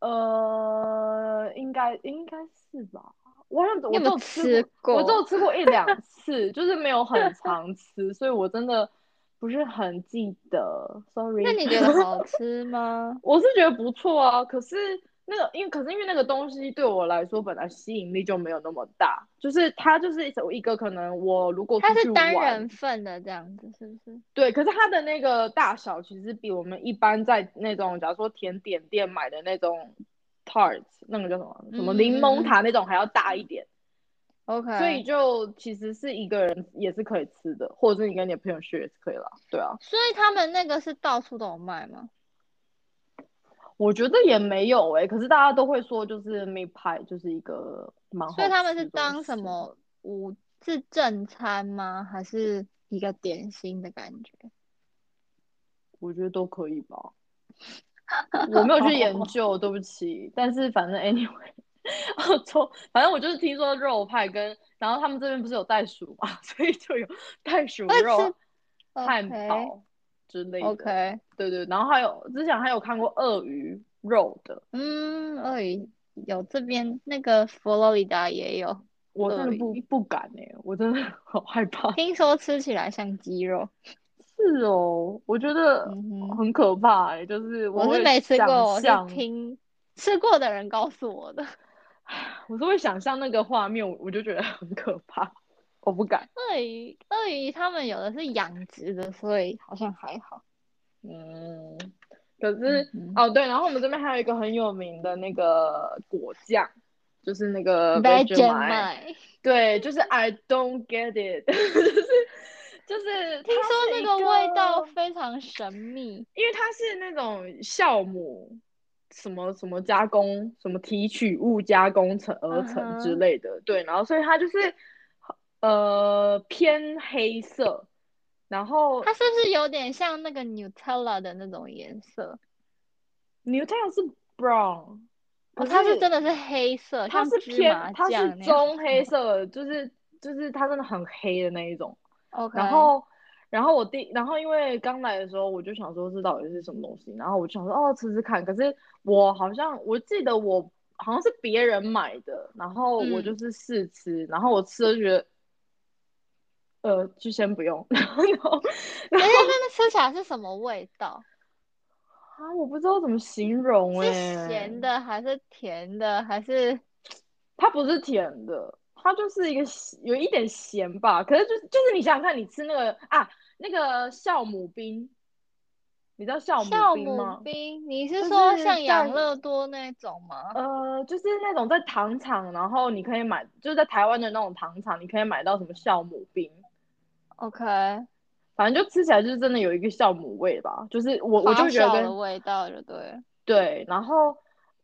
Speaker 1: 呃，应该应该是吧。我好像
Speaker 2: 你
Speaker 1: 我只
Speaker 2: 有没有
Speaker 1: 有吃过，我只
Speaker 2: 吃
Speaker 1: 有吃过一两次，
Speaker 2: [LAUGHS]
Speaker 1: 就是没有很常吃，所以我真的不是很记得，sorry。
Speaker 2: 那你觉得好吃吗？
Speaker 1: [LAUGHS] 我是觉得不错啊，可是那个，因为可是因为那个东西对我来说本来吸引力就没有那么大，就是它就是一一个可能我如果
Speaker 2: 它
Speaker 1: 出
Speaker 2: 是
Speaker 1: 去
Speaker 2: 单
Speaker 1: 玩
Speaker 2: 人份的这样子，是不是？
Speaker 1: 对，可是它的那个大小其实比我们一般在那种，假如说甜点店买的那种 tarts，那个叫什么什么
Speaker 2: 嗯
Speaker 1: 柠檬
Speaker 2: 嗯
Speaker 1: 塔那种还要大一点，
Speaker 2: OK，
Speaker 1: 所以就其实是一个人也是可以吃的，或者是你跟你的朋友去也是可以啦。对啊，
Speaker 2: 所以他们那个是到处都有卖吗？
Speaker 1: 我觉得也没有诶、可是大家都会说就是 meat pie 就是一个蛮好
Speaker 2: 所以他们
Speaker 1: 吃
Speaker 2: 是
Speaker 1: 的
Speaker 2: 当什
Speaker 1: 食物
Speaker 2: 么午是正餐吗？还是一个点心的感觉？
Speaker 1: 我觉得都可以
Speaker 2: [LAUGHS]
Speaker 1: 吧。我没有去研
Speaker 2: 好
Speaker 1: 究，对不起。但是反正 anyway，澳 [LAUGHS] 洲反正我就是听说肉派跟，然后他们这边不是有袋鼠嘛， [LAUGHS] 所以就有袋鼠
Speaker 2: 会
Speaker 1: 肉
Speaker 2: 吃
Speaker 1: 汉堡之类的。
Speaker 2: 哦 OK，
Speaker 1: 对对，然后还有之前还有看过鳄鱼肉的，
Speaker 2: 嗯，鳄鱼有这边那个佛罗里达也有，
Speaker 1: 我真的
Speaker 2: 鳄
Speaker 1: 不
Speaker 2: 鱼
Speaker 1: 不敢哎、我真的 [LAUGHS] 好害怕。
Speaker 2: 听说吃起来像鸡肉。
Speaker 1: 是哦，我觉得
Speaker 2: 嗯哼
Speaker 1: 很可怕哎、就是
Speaker 2: 我
Speaker 1: 会
Speaker 2: 是没吃
Speaker 1: 想
Speaker 2: 过，我
Speaker 1: 象
Speaker 2: 是听吃过的人告诉我的。
Speaker 1: 我是会想象那个画面，我我就觉得很可怕，我不敢。
Speaker 2: 鳄鱼，鳄鱼他们有的是养殖的，所以好像还好。
Speaker 1: 嗯，可是、
Speaker 2: 嗯
Speaker 1: 哦对，然后我们这边还有一个很有名的那个果酱，就是那个 Vegemite。
Speaker 2: Vegemite，
Speaker 1: 对，就是 I don't get it，就是 [LAUGHS] 就是
Speaker 2: 听
Speaker 1: 它
Speaker 2: 说
Speaker 1: 是
Speaker 2: 那
Speaker 1: 一
Speaker 2: 个味道
Speaker 1: 个
Speaker 2: 非常神秘。
Speaker 1: 因为它是那种酵母什么什么加工、什么提取物加工成而成之
Speaker 2: 嗯哼
Speaker 1: 类的对，然后所以它就是呃偏黑色，然后
Speaker 2: 它是不是有点像那个 Nutella 的那种颜色？
Speaker 1: Nutella 是 brown，可是
Speaker 2: 哦，它是真的是黑色，
Speaker 1: 它
Speaker 2: 像
Speaker 1: 是
Speaker 2: 芝
Speaker 1: 偏
Speaker 2: 麻
Speaker 1: 它是
Speaker 2: 酱那样
Speaker 1: 棕黑色，就是就是它真的很黑的那一种。
Speaker 2: 嗯 OK，
Speaker 1: 然后，然后我第，然后因为刚来的时候，我就想说这到底是什么东西，然后我就想说哦吃吃看，可是我好像我记得我好像是别人买的，然后我
Speaker 2: 嗯
Speaker 1: 就是试吃，然后我吃了就觉得，呃，就先不用， [LAUGHS] 然后，然
Speaker 2: 哎，
Speaker 1: 后
Speaker 2: 那那吃起来是什么味道？
Speaker 1: 啊，我不知道怎么形容
Speaker 2: 是
Speaker 1: 哎、
Speaker 2: 咸，的还是甜的还是？
Speaker 1: 它不是甜的，它就是一个咸有一点咸吧，可是就是就是你想想看，你吃那个啊那个酵母冰。你知道酵母
Speaker 2: 酵
Speaker 1: 冰吗
Speaker 2: 母？冰，你是
Speaker 1: 就
Speaker 2: 说
Speaker 1: 是
Speaker 2: 像养
Speaker 1: 在
Speaker 2: 乐多那种吗？
Speaker 1: 呃，就是那种在糖厂，然后你可以买，就是在台湾的那种糖厂，你可以买到什么酵母冰，
Speaker 2: OK，
Speaker 1: 反正就吃起来就是真的有一个酵母味吧。就是我我就
Speaker 2: 发
Speaker 1: 会觉得
Speaker 2: 酵的
Speaker 1: 跟
Speaker 2: 味道就对了。
Speaker 1: 对，然后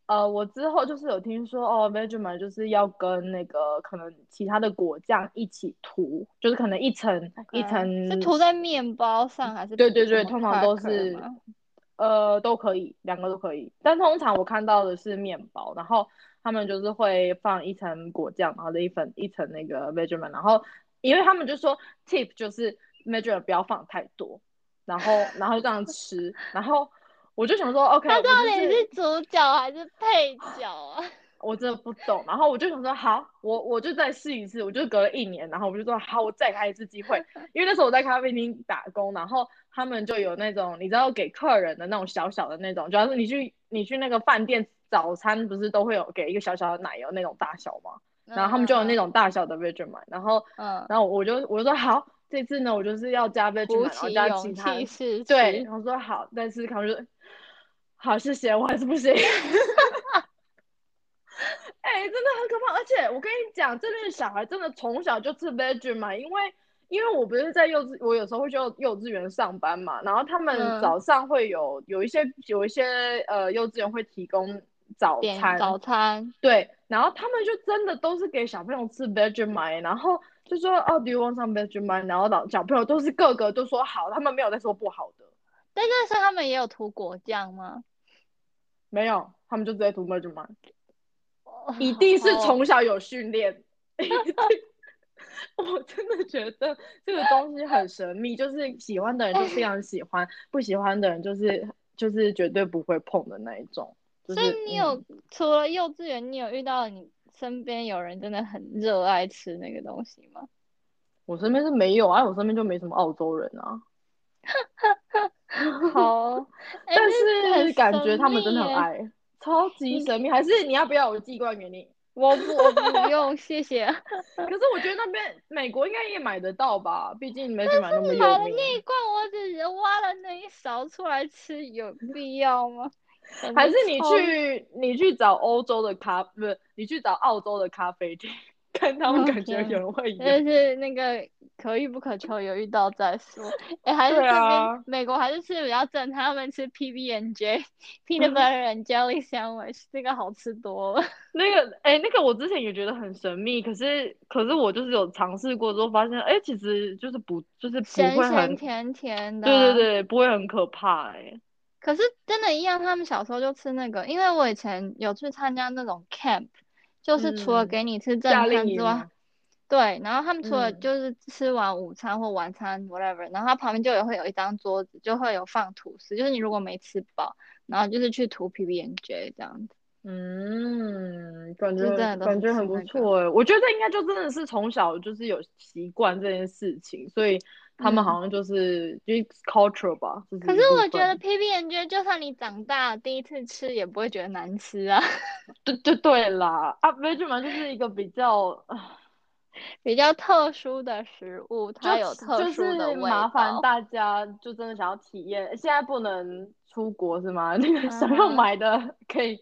Speaker 1: 呃，我之后就是有听说哦，Vegemite 就是要跟那个可能其他的果酱一起涂，就是可能一层一
Speaker 2: OK，
Speaker 1: 层
Speaker 2: 是涂在面包上还是
Speaker 1: 对对
Speaker 2: 什
Speaker 1: 对，
Speaker 2: 么
Speaker 1: 通常都是
Speaker 2: cracker 吗，
Speaker 1: 呃，都可以，两个都可以。但通常我看到的是面包，然后他们就是会放一层果酱，然后的一份一层那个 Vegemite，然后因为他们就说 tip 就是 Vegemite 不要放太多，然后然后这样吃，然后我就想说 OK，
Speaker 2: 它
Speaker 1: 我
Speaker 2: 到
Speaker 1: 就
Speaker 2: 底
Speaker 1: 是
Speaker 2: 是主角还是配角
Speaker 1: [LAUGHS]
Speaker 2: 啊？
Speaker 1: 我真的不懂，然后我就想说好，我我就再试一次，我就隔了一年，然后我就说好，我再开一次机会，因为那时候我在咖啡厅打工，然后他们就有那种你知道给客人的那种小小的那种，主要是你去你去那个饭店早餐不是都会有给一个小小的奶油那种大小吗？然后他们就有那种大小的 Vegemite，然后
Speaker 2: 嗯，嗯，
Speaker 1: 然后我就我就说好，这次呢我就是要加
Speaker 2: 鼓
Speaker 1: Vegemite，然后
Speaker 2: 起
Speaker 1: 加其
Speaker 2: 勇
Speaker 1: 他
Speaker 2: 气试
Speaker 1: 对，
Speaker 2: 吃。
Speaker 1: 然后说好，但是他们就好谢谢，我还是不行。 [LAUGHS] 哎、真的很可怕，而且我跟你讲，这边的小孩真的从小就吃 Vegemite，因为因为我不是在幼稚，我有时候会去幼幼稚园上班嘛，然后他们
Speaker 2: 嗯，
Speaker 1: 早上会有有一些有一些呃幼稚园会提供早
Speaker 2: 点
Speaker 1: 餐，
Speaker 2: 早餐，
Speaker 1: 对，然后他们就真的都是给小朋友吃 Vegemite，然后就说哦，Do you want some Vegemite？然后老小朋友都是个个都说好，他们没有在说不好的，
Speaker 2: 但那时候他们也有涂果
Speaker 1: [LAUGHS]
Speaker 2: 酱吗？
Speaker 1: 没有，他们就直接涂哦 Vegemite，
Speaker 2: 哦，
Speaker 1: 一定是 [LAUGHS]
Speaker 2: 好
Speaker 1: 从小有训练，一定。我真的觉得这个东西很神秘，就是喜欢的人就非常喜欢，不喜欢的人就是就是绝对不会碰的那一种。就是、
Speaker 2: 所以你有、
Speaker 1: 嗯
Speaker 2: 除了幼稚园，你有遇到你身边有人真的很热爱吃那个东西
Speaker 1: [LAUGHS]
Speaker 2: 吗？
Speaker 1: 我身边是没有啊，我身边就没什么澳洲人啊，
Speaker 2: 好，哎
Speaker 1: 但
Speaker 2: 那
Speaker 1: 是感觉他们真的
Speaker 2: 神
Speaker 1: 很
Speaker 2: 秘耶。
Speaker 1: 爱，超级神秘。还是你要不要我寄罐给
Speaker 2: [LAUGHS]
Speaker 1: 你？
Speaker 2: 我不，我
Speaker 1: [LAUGHS]
Speaker 2: 不用，谢谢。
Speaker 1: 可是我觉得那边美国应该也买得到吧，毕竟美美买那么
Speaker 2: 买
Speaker 1: 有
Speaker 2: 了那一
Speaker 1: 名。
Speaker 2: 罐，我只是挖了那一勺出来吃，有必要吗？感
Speaker 1: 还
Speaker 2: 觉
Speaker 1: 是你
Speaker 2: 超
Speaker 1: 去你去找欧洲的咖，不是你去找澳洲的咖啡厅，看他们感觉有人会有。
Speaker 2: 但是那个可遇不可求，有遇到再说。哎、还是这
Speaker 1: 对
Speaker 2: 边、
Speaker 1: 啊
Speaker 2: 美国还是吃比较正，他们吃 PB and J
Speaker 1: [LAUGHS]
Speaker 2: peanut butter and jelly sandwich，这个好吃多了。
Speaker 1: 那个，哎、那个我之前也觉得很神秘，可是可是我就是有尝试过之后发现，哎、其实就是不就是不
Speaker 2: 咸
Speaker 1: 会
Speaker 2: 咸
Speaker 1: 很，
Speaker 2: 甜甜的、
Speaker 1: 对对。对，不会很可怕、哎，
Speaker 2: 可是真的，一样，他们小时候就吃那个，因为我以前有去参加那种 camp，就是除了
Speaker 1: 嗯
Speaker 2: 给你吃正
Speaker 1: 夏
Speaker 2: 餐
Speaker 1: 令
Speaker 2: 之
Speaker 1: 营
Speaker 2: 外
Speaker 1: 吗，
Speaker 2: 对，然后他们除了
Speaker 1: 嗯
Speaker 2: 就是吃完午餐或晚餐 whatever，然后它旁边就也会有一张桌子，就会有放吐司，就是你如果没吃饱，然后就是去涂 PB&J 这样子，
Speaker 1: [LAUGHS] 嗯，感
Speaker 2: 就是
Speaker 1: 觉
Speaker 2: 真的都
Speaker 1: 感
Speaker 2: 是
Speaker 1: 觉很
Speaker 2: 吃
Speaker 1: 不
Speaker 2: 那个，
Speaker 1: 错哎，我觉得应该就真的是从小就是有习惯这件事情，所以他们
Speaker 2: 嗯。
Speaker 1: 好像就是就是 culture 吧，就
Speaker 2: 可
Speaker 1: 是
Speaker 2: 是
Speaker 1: 一嗯部
Speaker 2: 我觉得
Speaker 1: 分。
Speaker 2: PB&J 就算你长大第一次吃也不会觉得难吃啊， [LAUGHS]
Speaker 1: 对对对啦，啊 v e g e m 就是一个比
Speaker 2: [LAUGHS]
Speaker 1: 较，啊
Speaker 2: 比较特殊的食物，
Speaker 1: 就
Speaker 2: 它有特
Speaker 1: 就
Speaker 2: 殊的
Speaker 1: 是
Speaker 2: 味
Speaker 1: 麻烦
Speaker 2: 道。
Speaker 1: 大家就真的想要体验，现在不能出国是吗？ [LAUGHS] 那个
Speaker 2: 嗯
Speaker 1: 想要
Speaker 2: 哼，
Speaker 1: 买的可以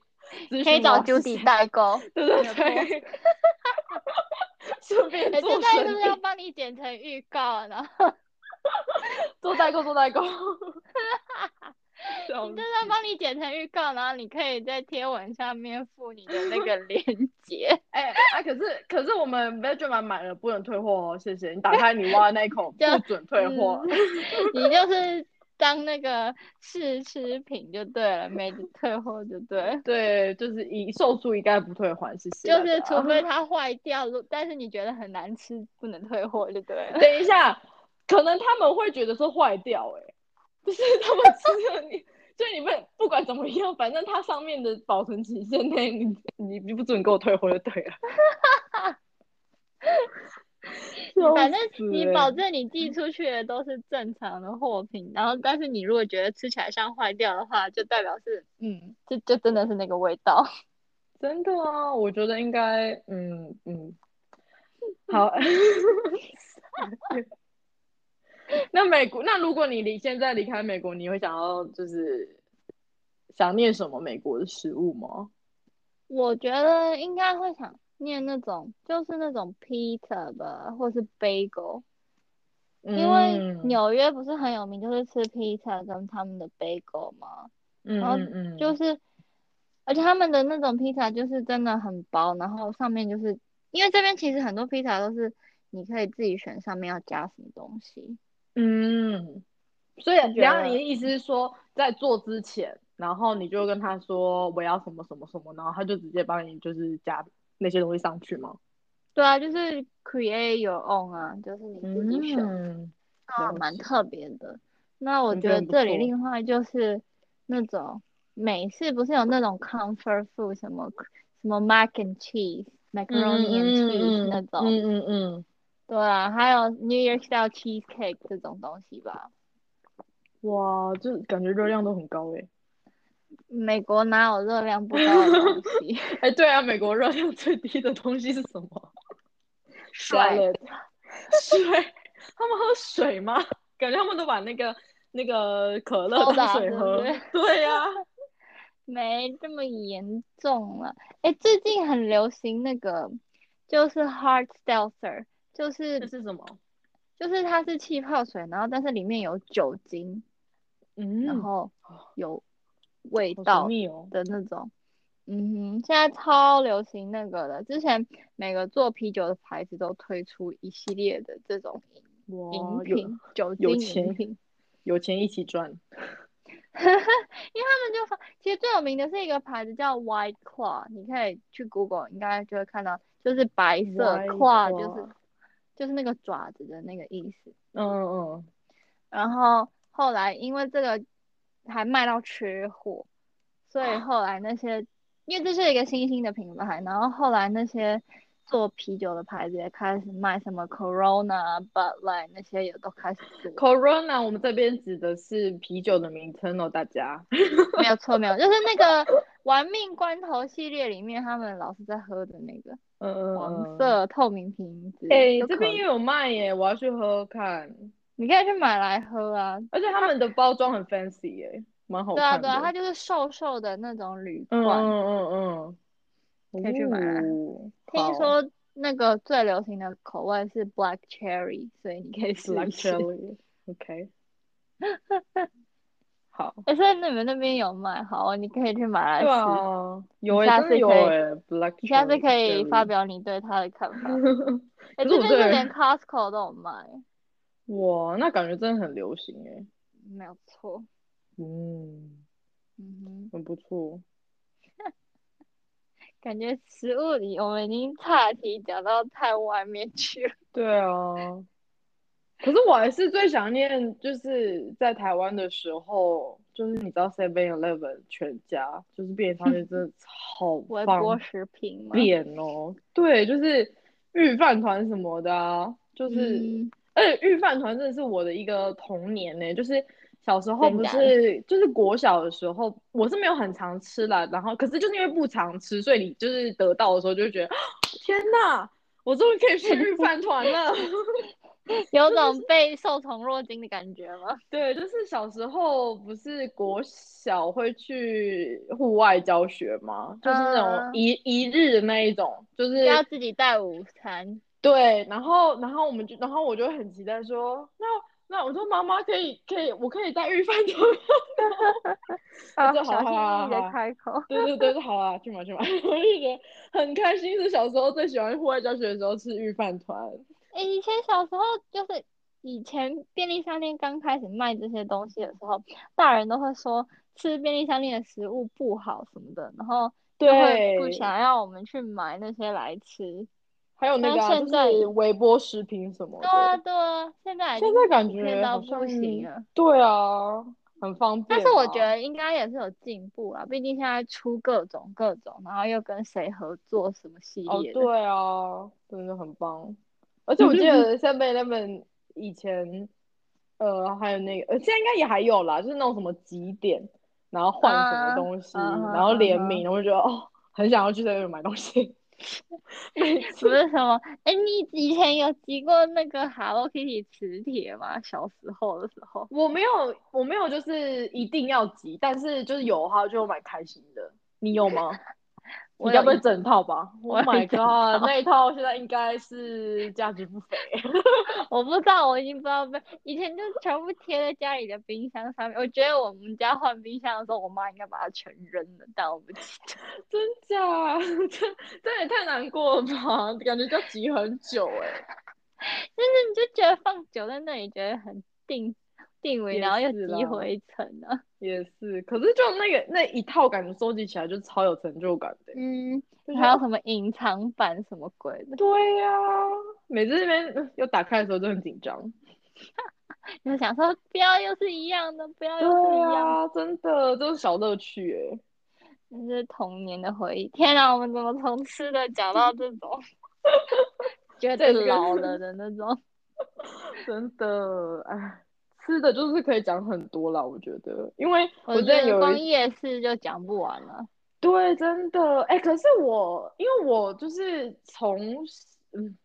Speaker 1: 咨
Speaker 2: 可以
Speaker 1: 询我
Speaker 2: 找
Speaker 1: 啊谢
Speaker 2: Judy
Speaker 1: 谢，
Speaker 2: 代购，
Speaker 1: 对
Speaker 2: 没
Speaker 1: 对
Speaker 2: 有错。
Speaker 1: 对，顺便
Speaker 2: 哎， [LAUGHS] 这
Speaker 1: 做
Speaker 2: 代是不
Speaker 1: 生
Speaker 2: 是要
Speaker 1: 意，
Speaker 2: 帮你剪成预告？然后
Speaker 1: 做代购做代
Speaker 2: [LAUGHS]
Speaker 1: 购，
Speaker 2: 你
Speaker 1: 笑
Speaker 2: 就是要
Speaker 1: 死。
Speaker 2: 帮你剪成预告，然后你可以在贴文下面附你的那个链接， [LAUGHS]
Speaker 1: 哎、啊，可是可是我们 Vegemite 买了不能退货哦，谢谢。你打开你挖的那一口，
Speaker 2: [LAUGHS] 就
Speaker 1: 不准退
Speaker 2: 嗯，
Speaker 1: 货。 [LAUGHS]
Speaker 2: 你就是当那个试吃品就对了，没退货就对，
Speaker 1: 对，就是一售出一概不退还，谢谢
Speaker 2: 就
Speaker 1: 大
Speaker 2: 是啊
Speaker 1: 家。
Speaker 2: 除 [LAUGHS] 非它坏掉，如但是你觉得很难吃，不能退货就 [LAUGHS] 对了。
Speaker 1: 等一下，可能他们会觉得说坏掉、哎， [LAUGHS] 就是他们吃了你，就你不不管怎么样，反正它上面的保存期限内，你你你不准给我退货就对
Speaker 2: [LAUGHS]
Speaker 1: 了。
Speaker 2: 你
Speaker 1: 笑
Speaker 2: 反正
Speaker 1: 死、
Speaker 2: 你
Speaker 1: 哎，
Speaker 2: 保证你寄出去的都是正常的货品，然后但是你如果觉得吃起来像坏掉的话，就代表是嗯，这就真的是那个味道。 [LAUGHS]
Speaker 1: 真的啊，我觉得应该，嗯嗯，好。 [LAUGHS] 那美国，那如果你离现在离开美国，你会想要就是想念什么美国的食物吗？
Speaker 2: 我觉得应该会想念那种，就是那种 pizza 吧，或是 bagel，因为
Speaker 1: 嗯
Speaker 2: 纽约不是很有名，就是吃 pizza 跟他们的 bagel 嘛，然后
Speaker 1: 嗯
Speaker 2: 就
Speaker 1: 嗯
Speaker 2: 是，而且他们的那种披萨就是真的很薄，然后上面就是因为这边其实很多披萨都是你可以自己选上面要加什么东西，
Speaker 1: 嗯嗯，所以
Speaker 2: 就觉
Speaker 1: 然后你的
Speaker 2: 得
Speaker 1: 意思是说，在做之前，然后你就跟他说我要什么什么什么，然后他就直接帮你就是加那些东西上去吗？
Speaker 2: 对啊，就是 create your own 啊，就是你自己选。
Speaker 1: 嗯，
Speaker 2: 啊，
Speaker 1: 了
Speaker 2: 蛮
Speaker 1: 解，
Speaker 2: 特别的。那我
Speaker 1: 感
Speaker 2: 觉
Speaker 1: 觉
Speaker 2: 得
Speaker 1: 很不
Speaker 2: 这里
Speaker 1: 错。
Speaker 2: 另外就是那种美式，不是有那种 comfort food 什么什么 mac and cheese、macaroni and cheese
Speaker 1: 嗯
Speaker 2: 那
Speaker 1: 嗯嗯
Speaker 2: 种，
Speaker 1: 嗯嗯嗯，
Speaker 2: 对啊，还有 New York style cheesecake 这种东西吧。
Speaker 1: 哇，这感觉热量都很高诶。
Speaker 2: 美国哪有热量不高的东西？ [LAUGHS]
Speaker 1: 哎，对啊，美国热量最低的东西是什么
Speaker 2: 水，
Speaker 1: ？salad，水，他们喝水吗？感觉他们都把那个那个可乐
Speaker 2: 抽
Speaker 1: 当
Speaker 2: 的
Speaker 1: 水
Speaker 2: 是不
Speaker 1: 喝。
Speaker 2: 是？
Speaker 1: [LAUGHS] 对
Speaker 2: [LAUGHS]
Speaker 1: 呀、
Speaker 2: 没这么严重了。哎，最近很流行那个，就是 hard seltzer，就
Speaker 1: 这
Speaker 2: 是。
Speaker 1: 是什么？
Speaker 2: 就是它是气泡水，然后但是里面有酒精，然
Speaker 1: 嗯，
Speaker 2: 后
Speaker 1: 好
Speaker 2: 有味
Speaker 1: 神
Speaker 2: 道
Speaker 1: 秘哦。
Speaker 2: 的那种。嗯哼，现在超流行那个的，之前每个做啤酒的牌子都推出一系列的这种饮饮
Speaker 1: 哇，哦有
Speaker 2: 品，酒
Speaker 1: 有
Speaker 2: 精饮
Speaker 1: 钱，
Speaker 2: 品。
Speaker 1: 有钱一起赚。
Speaker 2: 因为他们就发，其实最有名的是一个牌子叫 White Claw，你可以去 Google，应该就会看到，就是白色
Speaker 1: Why
Speaker 2: claw 就是
Speaker 1: claw？
Speaker 2: 就是那个爪子的那个意思。
Speaker 1: 嗯嗯，
Speaker 2: 然后后来因为这个还卖到缺货，所以后来那些，因为这是一个新兴的品牌，然后后来那些做啤酒的牌子也开始卖什么 Corona、Bud Light 那些也都开始做，
Speaker 1: Corona，我们这边指的是啤酒的名称哦，大家。
Speaker 2: 没有错，没有，就是那个玩命关头系列里面他们老是在喝的那个
Speaker 1: 嗯嗯，
Speaker 2: 黄
Speaker 1: 嗯。
Speaker 2: 色透明瓶子，
Speaker 1: 哎、
Speaker 2: 就
Speaker 1: 这
Speaker 2: 可
Speaker 1: 边也有卖耶，我要去喝喝看。
Speaker 2: 你可以去买来喝啊。
Speaker 1: 而且他们的包装很 fancy 耶、蛮好
Speaker 2: 对啊，
Speaker 1: 看的。
Speaker 2: 对啊，它就是瘦瘦的那种铝
Speaker 1: 嗯
Speaker 2: 罐，
Speaker 1: 嗯嗯嗯，
Speaker 2: 可以去买来
Speaker 1: 哦
Speaker 2: 听说那个最流行的口味是 black cherry，所以你可以试
Speaker 1: black
Speaker 2: 一试。
Speaker 1: cherry，OK，好，
Speaker 2: 哎、所以你们那边有卖，好哦，你可以去买来
Speaker 1: 对
Speaker 2: 试。
Speaker 1: 啊，有哎、
Speaker 2: 下
Speaker 1: 真的
Speaker 2: 次
Speaker 1: 有
Speaker 2: 可以
Speaker 1: 哎、black，
Speaker 2: 你下次可以
Speaker 1: cherry
Speaker 2: 发。表你对它的看
Speaker 1: [LAUGHS]
Speaker 2: 法。
Speaker 1: 可
Speaker 2: 哎、
Speaker 1: 是
Speaker 2: 这
Speaker 1: 我这
Speaker 2: 边是
Speaker 1: 个
Speaker 2: 连
Speaker 1: 人
Speaker 2: Costco 都有卖，
Speaker 1: 哇，那感觉真的很流行哎、
Speaker 2: 没有错。
Speaker 1: 嗯，
Speaker 2: 嗯
Speaker 1: 很不错。
Speaker 2: 哼，感觉食物里我们已经岔题讲到太外面去了。
Speaker 1: 对啊，可是我还是最想念就是在台湾的时候，就是你知道 Seven Eleven 全家就是便利商店真的超
Speaker 2: 微波
Speaker 1: 方
Speaker 2: 食品嘛，
Speaker 1: 便哦。对，就是御饭团什么的啊，就是、
Speaker 2: 嗯
Speaker 1: 而且御饭团真的是我的一个童年呢、就是小时候
Speaker 2: 真
Speaker 1: 不
Speaker 2: 假的
Speaker 1: 是就是国小的时候，我是没有很常吃啦，然后可是就是因为不常吃，所以你就是得到的时候就会觉得， [GASPS] 啊天哪，我终于可以吃御饭团了。
Speaker 2: 有种被受宠若惊的感觉吗？
Speaker 1: 对，就是小时候不是国小会去户外教学吗？就是那种
Speaker 2: 嗯
Speaker 1: 一、一日的那一种，就是
Speaker 2: 要自己带午餐，
Speaker 1: 对，然后然后我们就然后我就很期待说，那那我说妈妈可以可以，我可 [LAUGHS] 以带御饭团吗。
Speaker 2: 啊
Speaker 1: 这好
Speaker 2: 小心
Speaker 1: 好
Speaker 2: 翼翼
Speaker 1: 好
Speaker 2: 的开口。
Speaker 1: 对对对，好啊，去嘛去嘛， [LAUGHS] 我就觉得很开心，是小时候最喜欢户外教学的时候吃御饭团。
Speaker 2: 欸以前小时候就是以前便利商店刚开始卖这些东西的时候，大人都会说吃便利商店的食物不好什么的，然后就会不
Speaker 1: 对
Speaker 2: 想要我们去买那些来吃。
Speaker 1: 还有那
Speaker 2: 但
Speaker 1: 个、啊、
Speaker 2: 现在
Speaker 1: 就是微波食品什么
Speaker 2: 对啊，
Speaker 1: 的，
Speaker 2: 对啊，现在已
Speaker 1: 现
Speaker 2: 经
Speaker 1: 在感
Speaker 2: 普遍
Speaker 1: 觉
Speaker 2: 到
Speaker 1: 好
Speaker 2: 不
Speaker 1: 像
Speaker 2: 行了。
Speaker 1: 对啊，很方便
Speaker 2: 但
Speaker 1: 啊。
Speaker 2: 是我觉得应该也是有进步啊，毕竟现在出各种各种，然后又跟谁合作什么系
Speaker 1: 哦，
Speaker 2: 列的，
Speaker 1: 对啊，真的很棒。而且我 [LAUGHS] 记得 Seven Eleven 以前，呃，还有那个，呃，现在应该也还有啦，就是那种什么几点，然后换什么
Speaker 2: 啊
Speaker 1: 东西，
Speaker 2: 啊哈
Speaker 1: 然后
Speaker 2: 啊
Speaker 1: 联
Speaker 2: 哈
Speaker 1: 名，我就觉得哦，很想要去 Seven 买东西。 [LAUGHS] 每
Speaker 2: 不
Speaker 1: 次
Speaker 2: 是什么？哎、你以前有集过那个 Hello Kitty 磁铁吗？小时候的时候。
Speaker 1: 我没有，我没有，就是一定要集，但是就是有的话就买开心的。你有吗？
Speaker 2: 我
Speaker 1: 你该
Speaker 2: 有
Speaker 1: 不会
Speaker 2: 一
Speaker 1: 整套吧
Speaker 2: 我
Speaker 1: ？Oh
Speaker 2: 有
Speaker 1: my
Speaker 2: 一整套
Speaker 1: god，那一套现在应该是价值不菲。
Speaker 2: [LAUGHS] 我不知道，我已经不知道被以前就全部贴在家里的冰箱上面。我觉得我们家换冰箱的时候，我妈应该把它全扔了，但我不记得。 [LAUGHS]
Speaker 1: 真假？ [LAUGHS] 这这也太难过了吧？感觉就挤很久哎、
Speaker 2: 但是你就觉得放久在那里，觉得很定定位，
Speaker 1: 也
Speaker 2: 然后又
Speaker 1: 是
Speaker 2: 积
Speaker 1: 啦
Speaker 2: 灰尘啊。
Speaker 1: 也是。可是就那个那一套感觉收集起来就超有成就感的、欸
Speaker 2: [LAUGHS] 嗯，
Speaker 1: 就
Speaker 2: 还
Speaker 1: 觉
Speaker 2: 有
Speaker 1: 得
Speaker 2: 什么隐藏版什么鬼的，
Speaker 1: 对呀、每次那边嗯又打开的时候就很紧
Speaker 2: [LAUGHS]
Speaker 1: 张。
Speaker 2: 就想
Speaker 1: [LAUGHS]
Speaker 2: 说不要又是一样的，不要又是
Speaker 1: 对啊
Speaker 2: 一样的。
Speaker 1: 呀、真的这是小乐趣哎、
Speaker 2: 这是童年的回忆。天啊，我们怎么从吃的讲到这种 [LAUGHS] 觉
Speaker 1: 这
Speaker 2: 得
Speaker 1: 个
Speaker 2: 老了的那种？
Speaker 1: 真的哎。吃的就是可以讲很多啦，我觉得，因为我
Speaker 2: 我
Speaker 1: 之
Speaker 2: 觉
Speaker 1: 前
Speaker 2: 得
Speaker 1: 有
Speaker 2: 光
Speaker 1: 一
Speaker 2: 夜市就讲不完了。
Speaker 1: 对，真的，哎、可是我因为我就是从，嗯，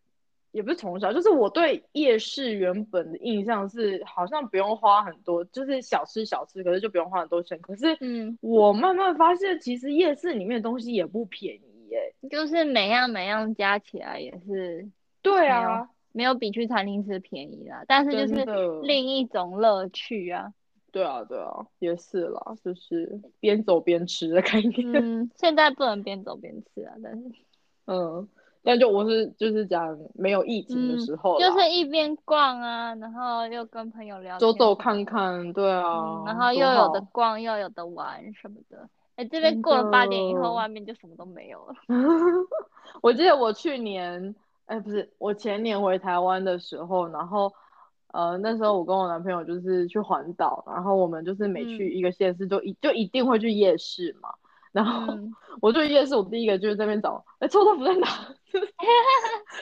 Speaker 1: 也不是从小，就是我对夜市原本的印象是好像不用花很多，就是小吃小吃，可是就不用花很多钱。可是
Speaker 2: 嗯，
Speaker 1: 我慢慢发现，其实夜市里面的东西也不便宜耶。
Speaker 2: 就是每样每样加起来也是
Speaker 1: 对
Speaker 2: 没有
Speaker 1: 啊，
Speaker 2: 没有比去餐厅吃便宜啦，但是就
Speaker 1: 真
Speaker 2: 是
Speaker 1: 的，
Speaker 2: 另一种乐趣啊。
Speaker 1: 对啊，对啊，也是啦，就是边走边吃的概念。
Speaker 2: 嗯，现在不能边走边吃啊，但是
Speaker 1: [LAUGHS] 嗯，但就我是就是讲没有疫情的
Speaker 2: 嗯
Speaker 1: 时候啦，
Speaker 2: 就是一边逛啊，然后又跟朋友聊
Speaker 1: 走
Speaker 2: 天
Speaker 1: 走
Speaker 2: 什么
Speaker 1: 看
Speaker 2: 的
Speaker 1: 看，对啊，
Speaker 2: 嗯，然后
Speaker 1: 多
Speaker 2: 又有
Speaker 1: 好 [LAUGHS]
Speaker 2: 的逛，又有的玩什么的。哎，这边
Speaker 1: 真
Speaker 2: 过了八点以
Speaker 1: 的 [LAUGHS]
Speaker 2: 后，外面就什么都没有了。
Speaker 1: 我记得我去年，哎，不是，我前年回台湾的时候，然后，呃，那时候我跟我男朋友就是去环岛，然后我们就是每
Speaker 2: 嗯
Speaker 1: 去一个县市就一、就一定会去夜市嘛。然后
Speaker 2: 嗯，
Speaker 1: 我去夜市，我第一个就是在那边找，哎，臭豆腐在哪？ [LAUGHS]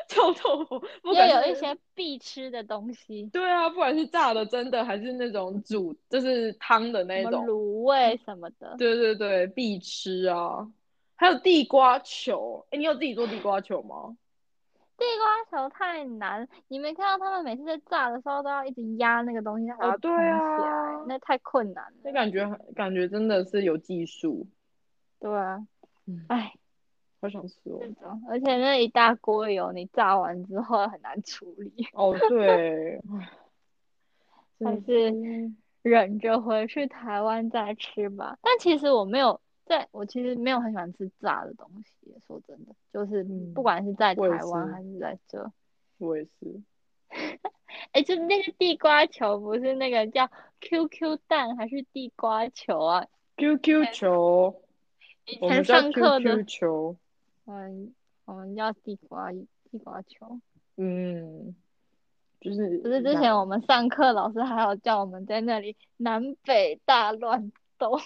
Speaker 1: 臭豆
Speaker 2: [LAUGHS]
Speaker 1: 腐，不
Speaker 2: 因
Speaker 1: 管
Speaker 2: 为有
Speaker 1: 是
Speaker 2: 一些必吃的东西，
Speaker 1: 对啊，不管是炸的、蒸的，还是那种煮，就是汤的那
Speaker 2: 什么
Speaker 1: 种，
Speaker 2: 卤味什么的，
Speaker 1: 对对对，必吃啊。还有地瓜球，哎，你有自己做地瓜球吗？
Speaker 2: 地瓜球太难，你没看到他们每次在炸的时候都要一直压那个东西，它才
Speaker 1: 啊
Speaker 2: 会
Speaker 1: 对
Speaker 2: 蓬起
Speaker 1: 啊
Speaker 2: 来，那太困难
Speaker 1: 那
Speaker 2: 了。
Speaker 1: 感觉很感觉真的是有技术，
Speaker 2: 对啊
Speaker 1: 嗯，
Speaker 2: 哎，
Speaker 1: 好想吃哦
Speaker 2: 这。种，而且那一大锅油，你炸完之后很难处理，
Speaker 1: 哦，对，唉
Speaker 2: 还
Speaker 1: 真
Speaker 2: 是忍着回去台湾再吃吧。但其实我没有在，我其实没有很喜欢吃炸的东西，说真的，就是
Speaker 1: 嗯
Speaker 2: 不管是在
Speaker 1: 我也
Speaker 2: 台湾
Speaker 1: 是
Speaker 2: 还是在这，
Speaker 1: 我也是。
Speaker 2: 哎，就是那个地瓜球，不是那个叫 QQ 蛋还是地瓜球啊？
Speaker 1: QQ 球，
Speaker 2: 以
Speaker 1: 我
Speaker 2: 前
Speaker 1: 们叫
Speaker 2: 上课的
Speaker 1: QQ 球。
Speaker 2: 嗯，我们叫地瓜地瓜球，
Speaker 1: 嗯，就是
Speaker 2: 不是之
Speaker 1: 那
Speaker 2: 前我们上课老师还有叫我们在那里南北大乱斗，
Speaker 1: [LAUGHS]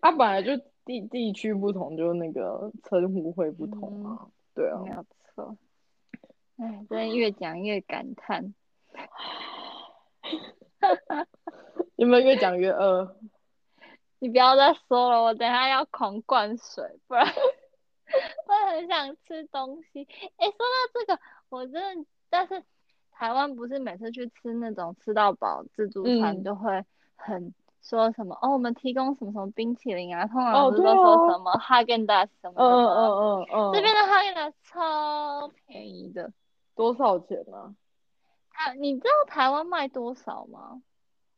Speaker 1: 啊，本来就地地区不同，就那个称呼会不同啊。
Speaker 2: 嗯
Speaker 1: 对啊
Speaker 2: 没，有错。哎，真的越讲越感叹，
Speaker 1: 有没有越讲越饿？
Speaker 2: 你不要再说了，我等一下要狂灌水，不然 [LAUGHS] 我很想吃东西。哎，说到这个，我真的，但是台湾不是每次去吃那种吃到饱自助餐
Speaker 1: 嗯
Speaker 2: 就会很说什么、哦，我们提供什么什么冰淇淋啊，通常
Speaker 1: 哦
Speaker 2: 不是
Speaker 1: 对
Speaker 2: 都说
Speaker 1: 啊
Speaker 2: 什么哈根达斯什么
Speaker 1: 嗯
Speaker 2: 的
Speaker 1: 嗯
Speaker 2: 吗
Speaker 1: 嗯嗯嗯，
Speaker 2: 啊这边的哈根达斯超便宜的，
Speaker 1: 多少钱呢？
Speaker 2: 啊，你知道台湾卖多少吗？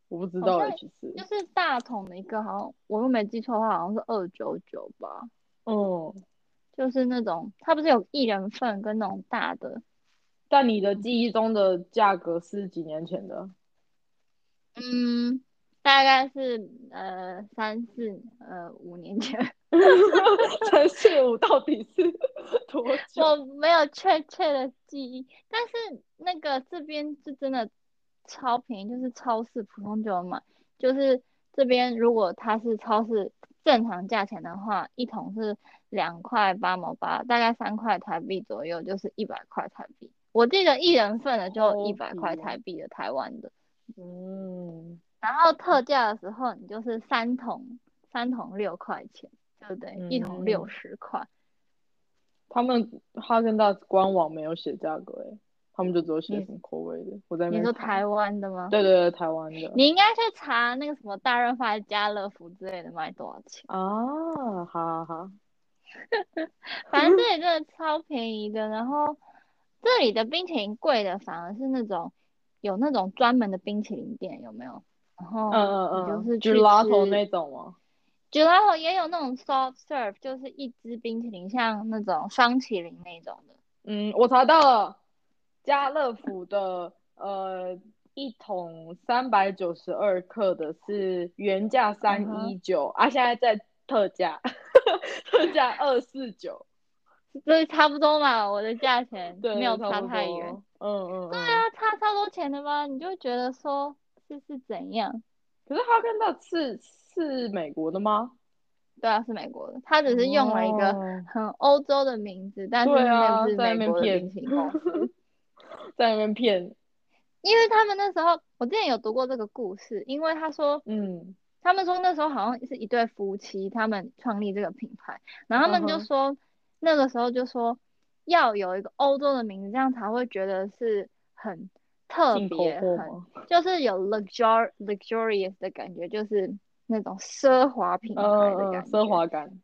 Speaker 1: 我不知
Speaker 2: 好
Speaker 1: 道哎，
Speaker 2: 像
Speaker 1: 其实
Speaker 2: 就，是大桶的一个，好像我又没记错的话，好像是二九九吧。
Speaker 1: 嗯，
Speaker 2: 就是那种，它不是有一人份跟那种大的，
Speaker 1: 在你的记忆中的价格是几年前的？ [LAUGHS]
Speaker 2: 嗯，大概是呃三四呃五年 [LAUGHS] 前，
Speaker 1: 三四五到底是多久？
Speaker 2: 我没有确切的记忆，但是那个这边是真的超便宜，就是超市普通就有买，就是这边如果它是超市正常价钱的话，一桶是两块八毛八，大概三块台币左右，就是一百块台币。我记得一人份的就一百
Speaker 1: 超
Speaker 2: 块
Speaker 1: 级
Speaker 2: 台币的台湾的。
Speaker 1: 嗯
Speaker 2: 然后特价的时候，你就是三桶，三桶六块钱，就等于一桶六
Speaker 1: 嗯
Speaker 2: 十块。
Speaker 1: 他们哈根达斯官网没有写价格哎，他们就只有写
Speaker 2: 你
Speaker 1: 什么口味的。我在那
Speaker 2: 你
Speaker 1: 边
Speaker 2: 说
Speaker 1: 查
Speaker 2: 台湾的吗？
Speaker 1: 对对对，台湾的
Speaker 2: 你应该去查那个什么大润发、家乐福之类的卖多少钱，
Speaker 1: 啊，哈哈，
Speaker 2: [LAUGHS] 反正这里真的超便宜的。然后这里的冰淇淋贵的反而是那种有那种专门的冰淇淋店，有没有？然后
Speaker 1: 嗯嗯嗯，
Speaker 2: 你就是去
Speaker 1: gelato
Speaker 2: 吃
Speaker 1: 那种吗？
Speaker 2: gelato 也有那种 soft serve，就是一支冰淇淋，像那种双淇淋那种的。
Speaker 1: 嗯，我查到了，家乐福的呃一桶三百九十二克的是原价三
Speaker 2: 嗯
Speaker 1: 一
Speaker 2: 哼
Speaker 1: 九啊，现在在特价，特价二四九，
Speaker 2: 所以差不多嘛，我的价钱
Speaker 1: 对，
Speaker 2: 没有
Speaker 1: 差
Speaker 2: 差
Speaker 1: 不
Speaker 2: 太
Speaker 1: 多
Speaker 2: 远。，
Speaker 1: 嗯嗯嗯。
Speaker 2: 对啊，差超多钱的吗？你就会觉得说这是怎样？
Speaker 1: 可是哈根达斯是美国的吗？
Speaker 2: 对啊，是美国的，他只是用了一个
Speaker 1: 哦
Speaker 2: 很欧洲的名字，但是
Speaker 1: 对
Speaker 2: 那
Speaker 1: 啊
Speaker 2: 不是
Speaker 1: 在那
Speaker 2: 美
Speaker 1: 边
Speaker 2: 国的
Speaker 1: 骗
Speaker 2: 冰淇淋公
Speaker 1: [LAUGHS]
Speaker 2: 司。
Speaker 1: 在那边骗，
Speaker 2: 因为他们那时候，我之前有读过这个故事，因为他说
Speaker 1: 嗯
Speaker 2: 他们说那时候好像是一对夫妻，他们创立这个品牌，然后他们就
Speaker 1: 嗯哼
Speaker 2: 说、那个时候就说要有一个欧洲的名字，这样才会觉得是很特
Speaker 1: 进口
Speaker 2: 别，
Speaker 1: 货
Speaker 2: 很
Speaker 1: 吗？
Speaker 2: 就是有 luxur luxurious 的感觉，就是那种奢华品牌
Speaker 1: 嗯
Speaker 2: 的
Speaker 1: 嗯，
Speaker 2: 感觉。
Speaker 1: 奢华感，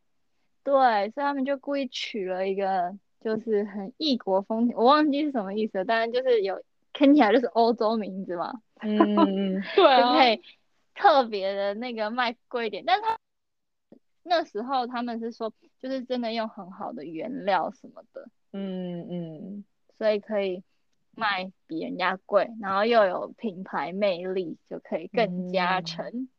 Speaker 2: 对，所以他们就故意取了一个就是很异国风情，我忘记是什么意思了，但是就是有听起来就是欧洲名字嘛。
Speaker 1: 嗯嗯嗯，对
Speaker 2: 就
Speaker 1: 啊
Speaker 2: [LAUGHS] 可，以特别的那个卖贵一点。但他那时候他们是说，就是真的用很好的原料什么的，
Speaker 1: 嗯嗯，
Speaker 2: 所以可以卖比人家贵，然后又有品牌魅力，就可以更加
Speaker 1: 嗯
Speaker 2: 成。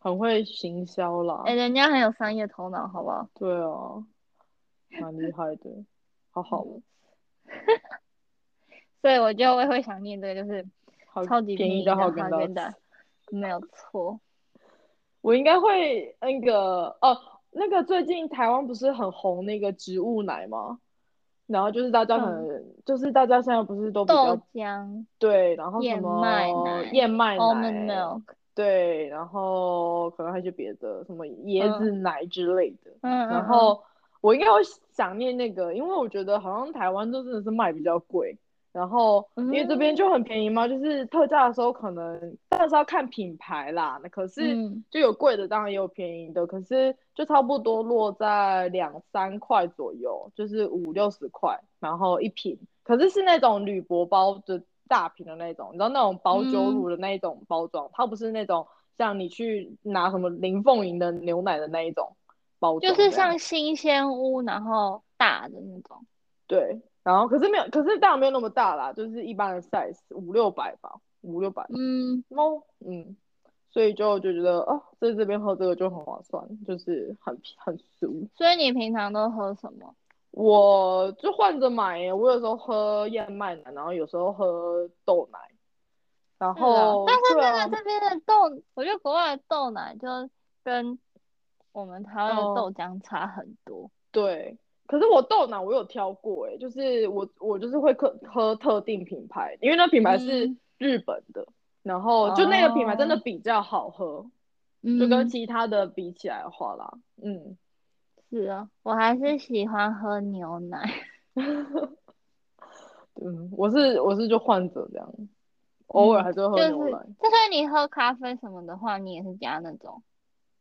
Speaker 1: 很会行销啦，
Speaker 2: 哎、人家很有商业头脑，好不好？嗯
Speaker 1: 对啊，蛮厉害的，好好哦。
Speaker 2: 所以我就会会想念这个，就是
Speaker 1: 好
Speaker 2: 超级
Speaker 1: 便宜
Speaker 2: 宜
Speaker 1: 的
Speaker 2: 的啊
Speaker 1: 浩根达
Speaker 2: 根
Speaker 1: 斯
Speaker 2: 达斯，没有错。
Speaker 1: 我应该会那个哦，那个最近台湾不是很红那个植物奶吗？然后就是大家可能、就是大家现在不是都比
Speaker 2: 嗯豆
Speaker 1: 较
Speaker 2: 浆、
Speaker 1: 对，然后什
Speaker 2: 燕
Speaker 1: 么
Speaker 2: 麦奶
Speaker 1: 燕麦
Speaker 2: almond
Speaker 1: 奶
Speaker 2: milk，
Speaker 1: 对，然后可能还有一些别的什么椰子奶之类的。
Speaker 2: 嗯，
Speaker 1: 然
Speaker 2: 嗯
Speaker 1: 后我应该会想念那个，因为我觉得好像台湾都真的是卖比较贵，然后
Speaker 2: 嗯
Speaker 1: 因为这边就很便宜嘛，就是特价的时候可能当然是要看品牌啦，那可是。
Speaker 2: 嗯嗯
Speaker 1: 就有贵的，当然也有便宜的，可是就差不多落在两三块左右，就是五六十块，然后一瓶，可是是那种铝箔包的大瓶的那种，你知道那种
Speaker 2: 嗯
Speaker 1: 保酒乳的那一种包装，它不是那种像你去拿什么林凤营的牛奶的那一种包
Speaker 2: 就
Speaker 1: 装这
Speaker 2: 是
Speaker 1: 样，
Speaker 2: 像新鲜屋，然后大的那种。
Speaker 1: 对，然后可是没有，可是当然没有那么大啦，就是一般的 size 五六百吧，五六百，
Speaker 2: 嗯，
Speaker 1: 猫，嗯，所以就就觉得哦，在这边喝这个就很划算，就是很很俗。
Speaker 2: 所以你平常都喝什么？
Speaker 1: 我就换着买耶，我有时候喝燕麦奶，然后有时候喝豆奶，然
Speaker 2: 是啊
Speaker 1: 后
Speaker 2: 但是
Speaker 1: 对
Speaker 2: 那
Speaker 1: 啊
Speaker 2: 个，这边的豆，我觉得国外的豆奶就跟我们台湾的
Speaker 1: 哦
Speaker 2: 豆浆差很多。
Speaker 1: 对。可是我豆奶我有挑过诶，就是我我就是会喝喝特定品牌，因为那品牌是
Speaker 2: 嗯
Speaker 1: 日本的，然后就那个品牌真的
Speaker 2: 哦
Speaker 1: 比较好喝，
Speaker 2: 嗯
Speaker 1: 就跟其他的比起来的话啦，嗯，
Speaker 2: 是啊，我还是喜欢喝牛奶。
Speaker 1: 嗯，我是我是就换着这样，偶尔
Speaker 2: 嗯
Speaker 1: 还是会
Speaker 2: 就
Speaker 1: 喝
Speaker 2: 是，
Speaker 1: 牛奶。
Speaker 2: 就算你喝咖啡什么的话，你也是加那种。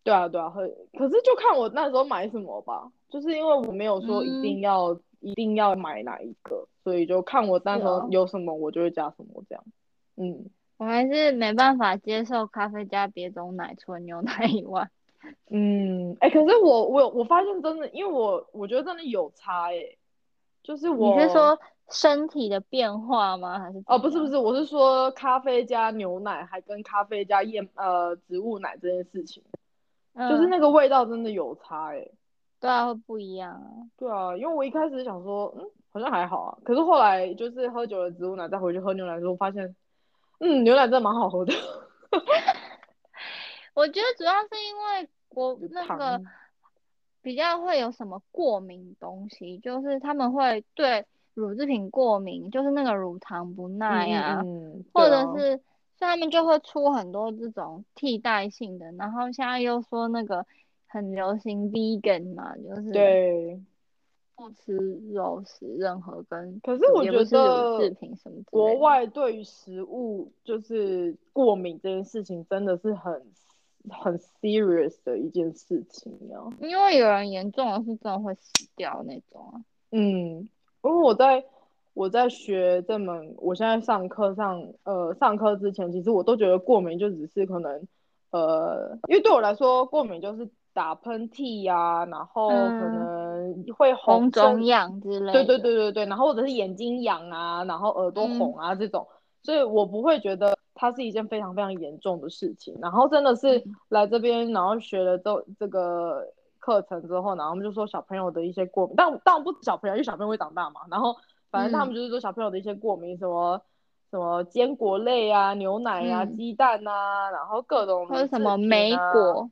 Speaker 1: 对啊，对啊，喝。可是就看我那时候买什么吧，就是因为我没有说一
Speaker 2: 嗯
Speaker 1: 定要、一定要买哪一个，所以就看我那时
Speaker 2: 是
Speaker 1: 候
Speaker 2: 哦
Speaker 1: 有什么我就会加什么这样。嗯，
Speaker 2: 我还是没办法接受咖啡加别种奶，除了牛奶以外。
Speaker 1: 嗯，哎、可是我我我发现真的，因为我我觉得真的有差哎、就是
Speaker 2: 你
Speaker 1: 我
Speaker 2: 是说身体的变化吗？还是
Speaker 1: 哦，不是不
Speaker 2: 是，
Speaker 1: 是，我是说咖啡加牛奶，还跟咖啡加燕呃植物奶这件事情，就是
Speaker 2: 嗯
Speaker 1: 那个味道真的有差哎、
Speaker 2: 对啊，会不一样啊。
Speaker 1: 对啊，因为我一开始想说，嗯，好像还好啊。可是后来就是喝酒了植物奶，再回去喝牛奶的时候，发现，嗯，牛奶真的蛮好喝
Speaker 2: [LAUGHS]
Speaker 1: 的。
Speaker 2: 我觉得主要是因为国
Speaker 1: 有
Speaker 2: 那
Speaker 1: 糖
Speaker 2: 个比较会有什么过敏东西，就是他们会对乳制品过敏，就是那个乳糖不耐啊，
Speaker 1: 嗯，嗯
Speaker 2: 或
Speaker 1: 对
Speaker 2: 者
Speaker 1: 啊
Speaker 2: 是所以他们就会出很多这种替代性的。然后现在又说那个很流行 vegan 嘛，就是
Speaker 1: 对，
Speaker 2: 不吃肉食任何跟
Speaker 1: 可是我
Speaker 2: 也
Speaker 1: 觉
Speaker 2: 不吃乳
Speaker 1: 得
Speaker 2: 制品什么之类
Speaker 1: 国
Speaker 2: 的
Speaker 1: 外对于食物就是过敏这件事情，真的是很很 serious 的一件事情啊。
Speaker 2: 因为有人严重的是真的会死掉那种啊。
Speaker 1: 嗯，因为我在我在学这门，我现在上课上呃上课之前，其实我都觉得过敏就只是可能呃，因为对我来说过敏就是打喷嚏呀、然后可能会红
Speaker 2: 红
Speaker 1: 肿
Speaker 2: 肿，痒之类的。嗯
Speaker 1: 对对对对对，然后或者是眼睛痒啊，然后耳朵红啊这种，所以我不会觉得它是一件非常非常严重的事情。然后真的是
Speaker 2: 嗯
Speaker 1: 来这边，然后学了这这个课程之后，然后他们就说小朋友的一些过敏，但当然不止小朋友，因为小朋友会长大嘛。然后反正
Speaker 2: 嗯
Speaker 1: 他们就是说小朋友的一些过敏，什么什么坚果类啊、牛奶啊、
Speaker 2: 嗯
Speaker 1: 鸡蛋啊，然后各种
Speaker 2: 或者什
Speaker 1: 乳
Speaker 2: 么
Speaker 1: 制品
Speaker 2: 梅
Speaker 1: 啊
Speaker 2: 果，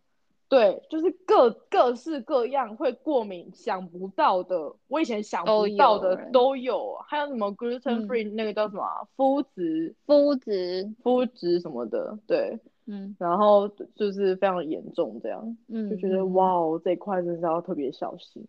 Speaker 1: 对，就是各各式各样会过敏、想不到的，我以前想
Speaker 2: 都
Speaker 1: 不到的
Speaker 2: 有欸
Speaker 1: 都有，啊还有什么 gluten
Speaker 2: 嗯
Speaker 1: free 那个叫什么啊麸质、
Speaker 2: 麸质，
Speaker 1: 麸质什么的，对，
Speaker 2: 嗯
Speaker 1: 然后就是非常严重，这样
Speaker 2: 嗯，
Speaker 1: 就觉得
Speaker 2: 嗯，
Speaker 1: 哇哦，这一块真是要特别小心。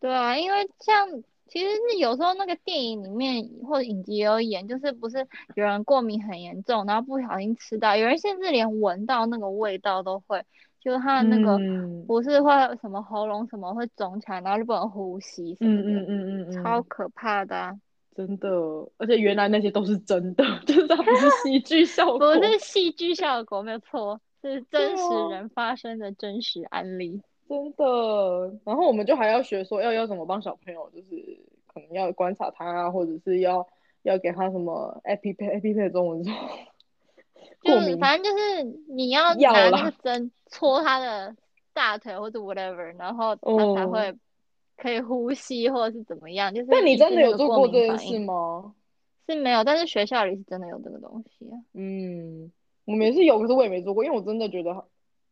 Speaker 2: 对啊，因为像其实是有时候那个电影里面或者影集也有演，就是不是有人过敏很严重，然后不小心吃到，有人甚至连闻到那个味道都会，就是他的那个
Speaker 1: 嗯
Speaker 2: 不是会什么喉咙什么会肿起来，然后就不能呼吸什么
Speaker 1: 嗯
Speaker 2: 的，
Speaker 1: 嗯嗯嗯嗯，
Speaker 2: 超可怕的啊、
Speaker 1: 真的，而且原来那些都是真的， [LAUGHS] 就是它不
Speaker 2: [LAUGHS]
Speaker 1: 是戏剧效
Speaker 2: 不
Speaker 1: 果，
Speaker 2: 是戏剧效果，没有错，是真
Speaker 1: 对啊
Speaker 2: 实人发生的真实案例。
Speaker 1: 真的，然后我们就还要学说要要怎么帮小朋友，就是可能要观察他啊，或者是要要给他什么 a p p a p p 中文是什么 [LAUGHS]
Speaker 2: 就
Speaker 1: 过
Speaker 2: 是
Speaker 1: 敏，
Speaker 2: 反正就是你要
Speaker 1: 药
Speaker 2: 拿
Speaker 1: 啦
Speaker 2: 那个针戳他的大腿或者 whatever，然后他才
Speaker 1: 哦
Speaker 2: 会可以呼吸或者是怎么样，就是
Speaker 1: 那你
Speaker 2: 抑制
Speaker 1: 真的
Speaker 2: 那
Speaker 1: 有
Speaker 2: 个
Speaker 1: 做
Speaker 2: 过
Speaker 1: 过
Speaker 2: 敏
Speaker 1: 这件
Speaker 2: 反
Speaker 1: 事
Speaker 2: 应
Speaker 1: 吗？
Speaker 2: 是没有，但是学校里是真的有这个东西啊。
Speaker 1: 嗯，我们也是有，可是我也没做过，因为我真的觉得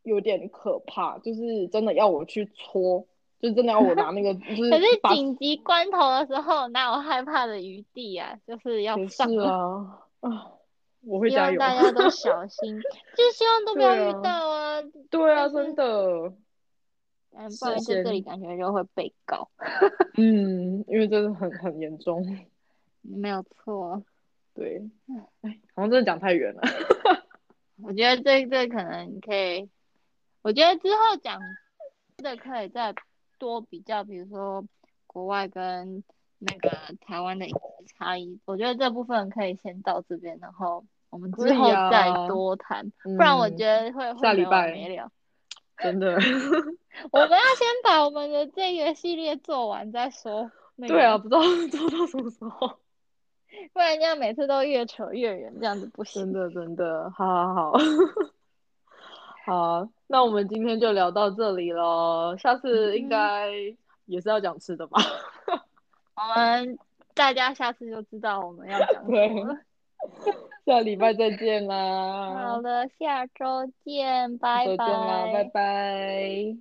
Speaker 1: 有点可怕，就是真的要我去搓，就是真的要我拿那个，就是
Speaker 2: 可是
Speaker 1: 把
Speaker 2: 紧急关头的时候，哪有害怕的余地啊？就是要
Speaker 1: 也
Speaker 2: 上
Speaker 1: 是啊啊，我会
Speaker 2: 希
Speaker 1: 加
Speaker 2: 望
Speaker 1: 油。
Speaker 2: 大家都小心，就希望都不要
Speaker 1: 对啊
Speaker 2: 遇到啊。
Speaker 1: 对啊，
Speaker 2: 但是
Speaker 1: 真的，
Speaker 2: 嗯，
Speaker 1: 事
Speaker 2: 不然在这里
Speaker 1: 先
Speaker 2: 感觉就会被告。
Speaker 1: 嗯，因为真的很很严重，
Speaker 2: 没有错，
Speaker 1: 对，
Speaker 2: 唉
Speaker 1: 哎，好像真的讲太 [LAUGHS] 远了。
Speaker 2: 我觉得这这可能可以，我觉得之后讲的可以再多比较，比如说国外跟那个台湾的饮食差异。我觉得这部分可以先到这边，然后我们
Speaker 1: 可
Speaker 2: 之
Speaker 1: 以
Speaker 2: 后再
Speaker 1: 啊
Speaker 2: 多谈，
Speaker 1: 嗯，
Speaker 2: 不然我觉得会会
Speaker 1: 下礼
Speaker 2: 没完
Speaker 1: 拜
Speaker 2: 没了。
Speaker 1: 嗯真的，
Speaker 2: 我们要先把我们的这个系列做完再说。
Speaker 1: [LAUGHS]
Speaker 2: 那
Speaker 1: 对啊，不
Speaker 2: 个，
Speaker 1: 知道做到什么时候，
Speaker 2: 不然这样每次都越扯越远，这样子不
Speaker 1: 真。
Speaker 2: 行
Speaker 1: 的真的，好好好， [LAUGHS] 好，那我们今天就聊到这里喽，下次应
Speaker 2: 嗯
Speaker 1: 该也是要讲吃的吧？ [LAUGHS]
Speaker 2: 我们大家下次就知道我们要讲什
Speaker 1: 对
Speaker 2: 么了。
Speaker 1: 下礼拜再见
Speaker 2: 好
Speaker 1: 啦，
Speaker 2: 了，下周见，拜
Speaker 1: 再见啦，拜拜。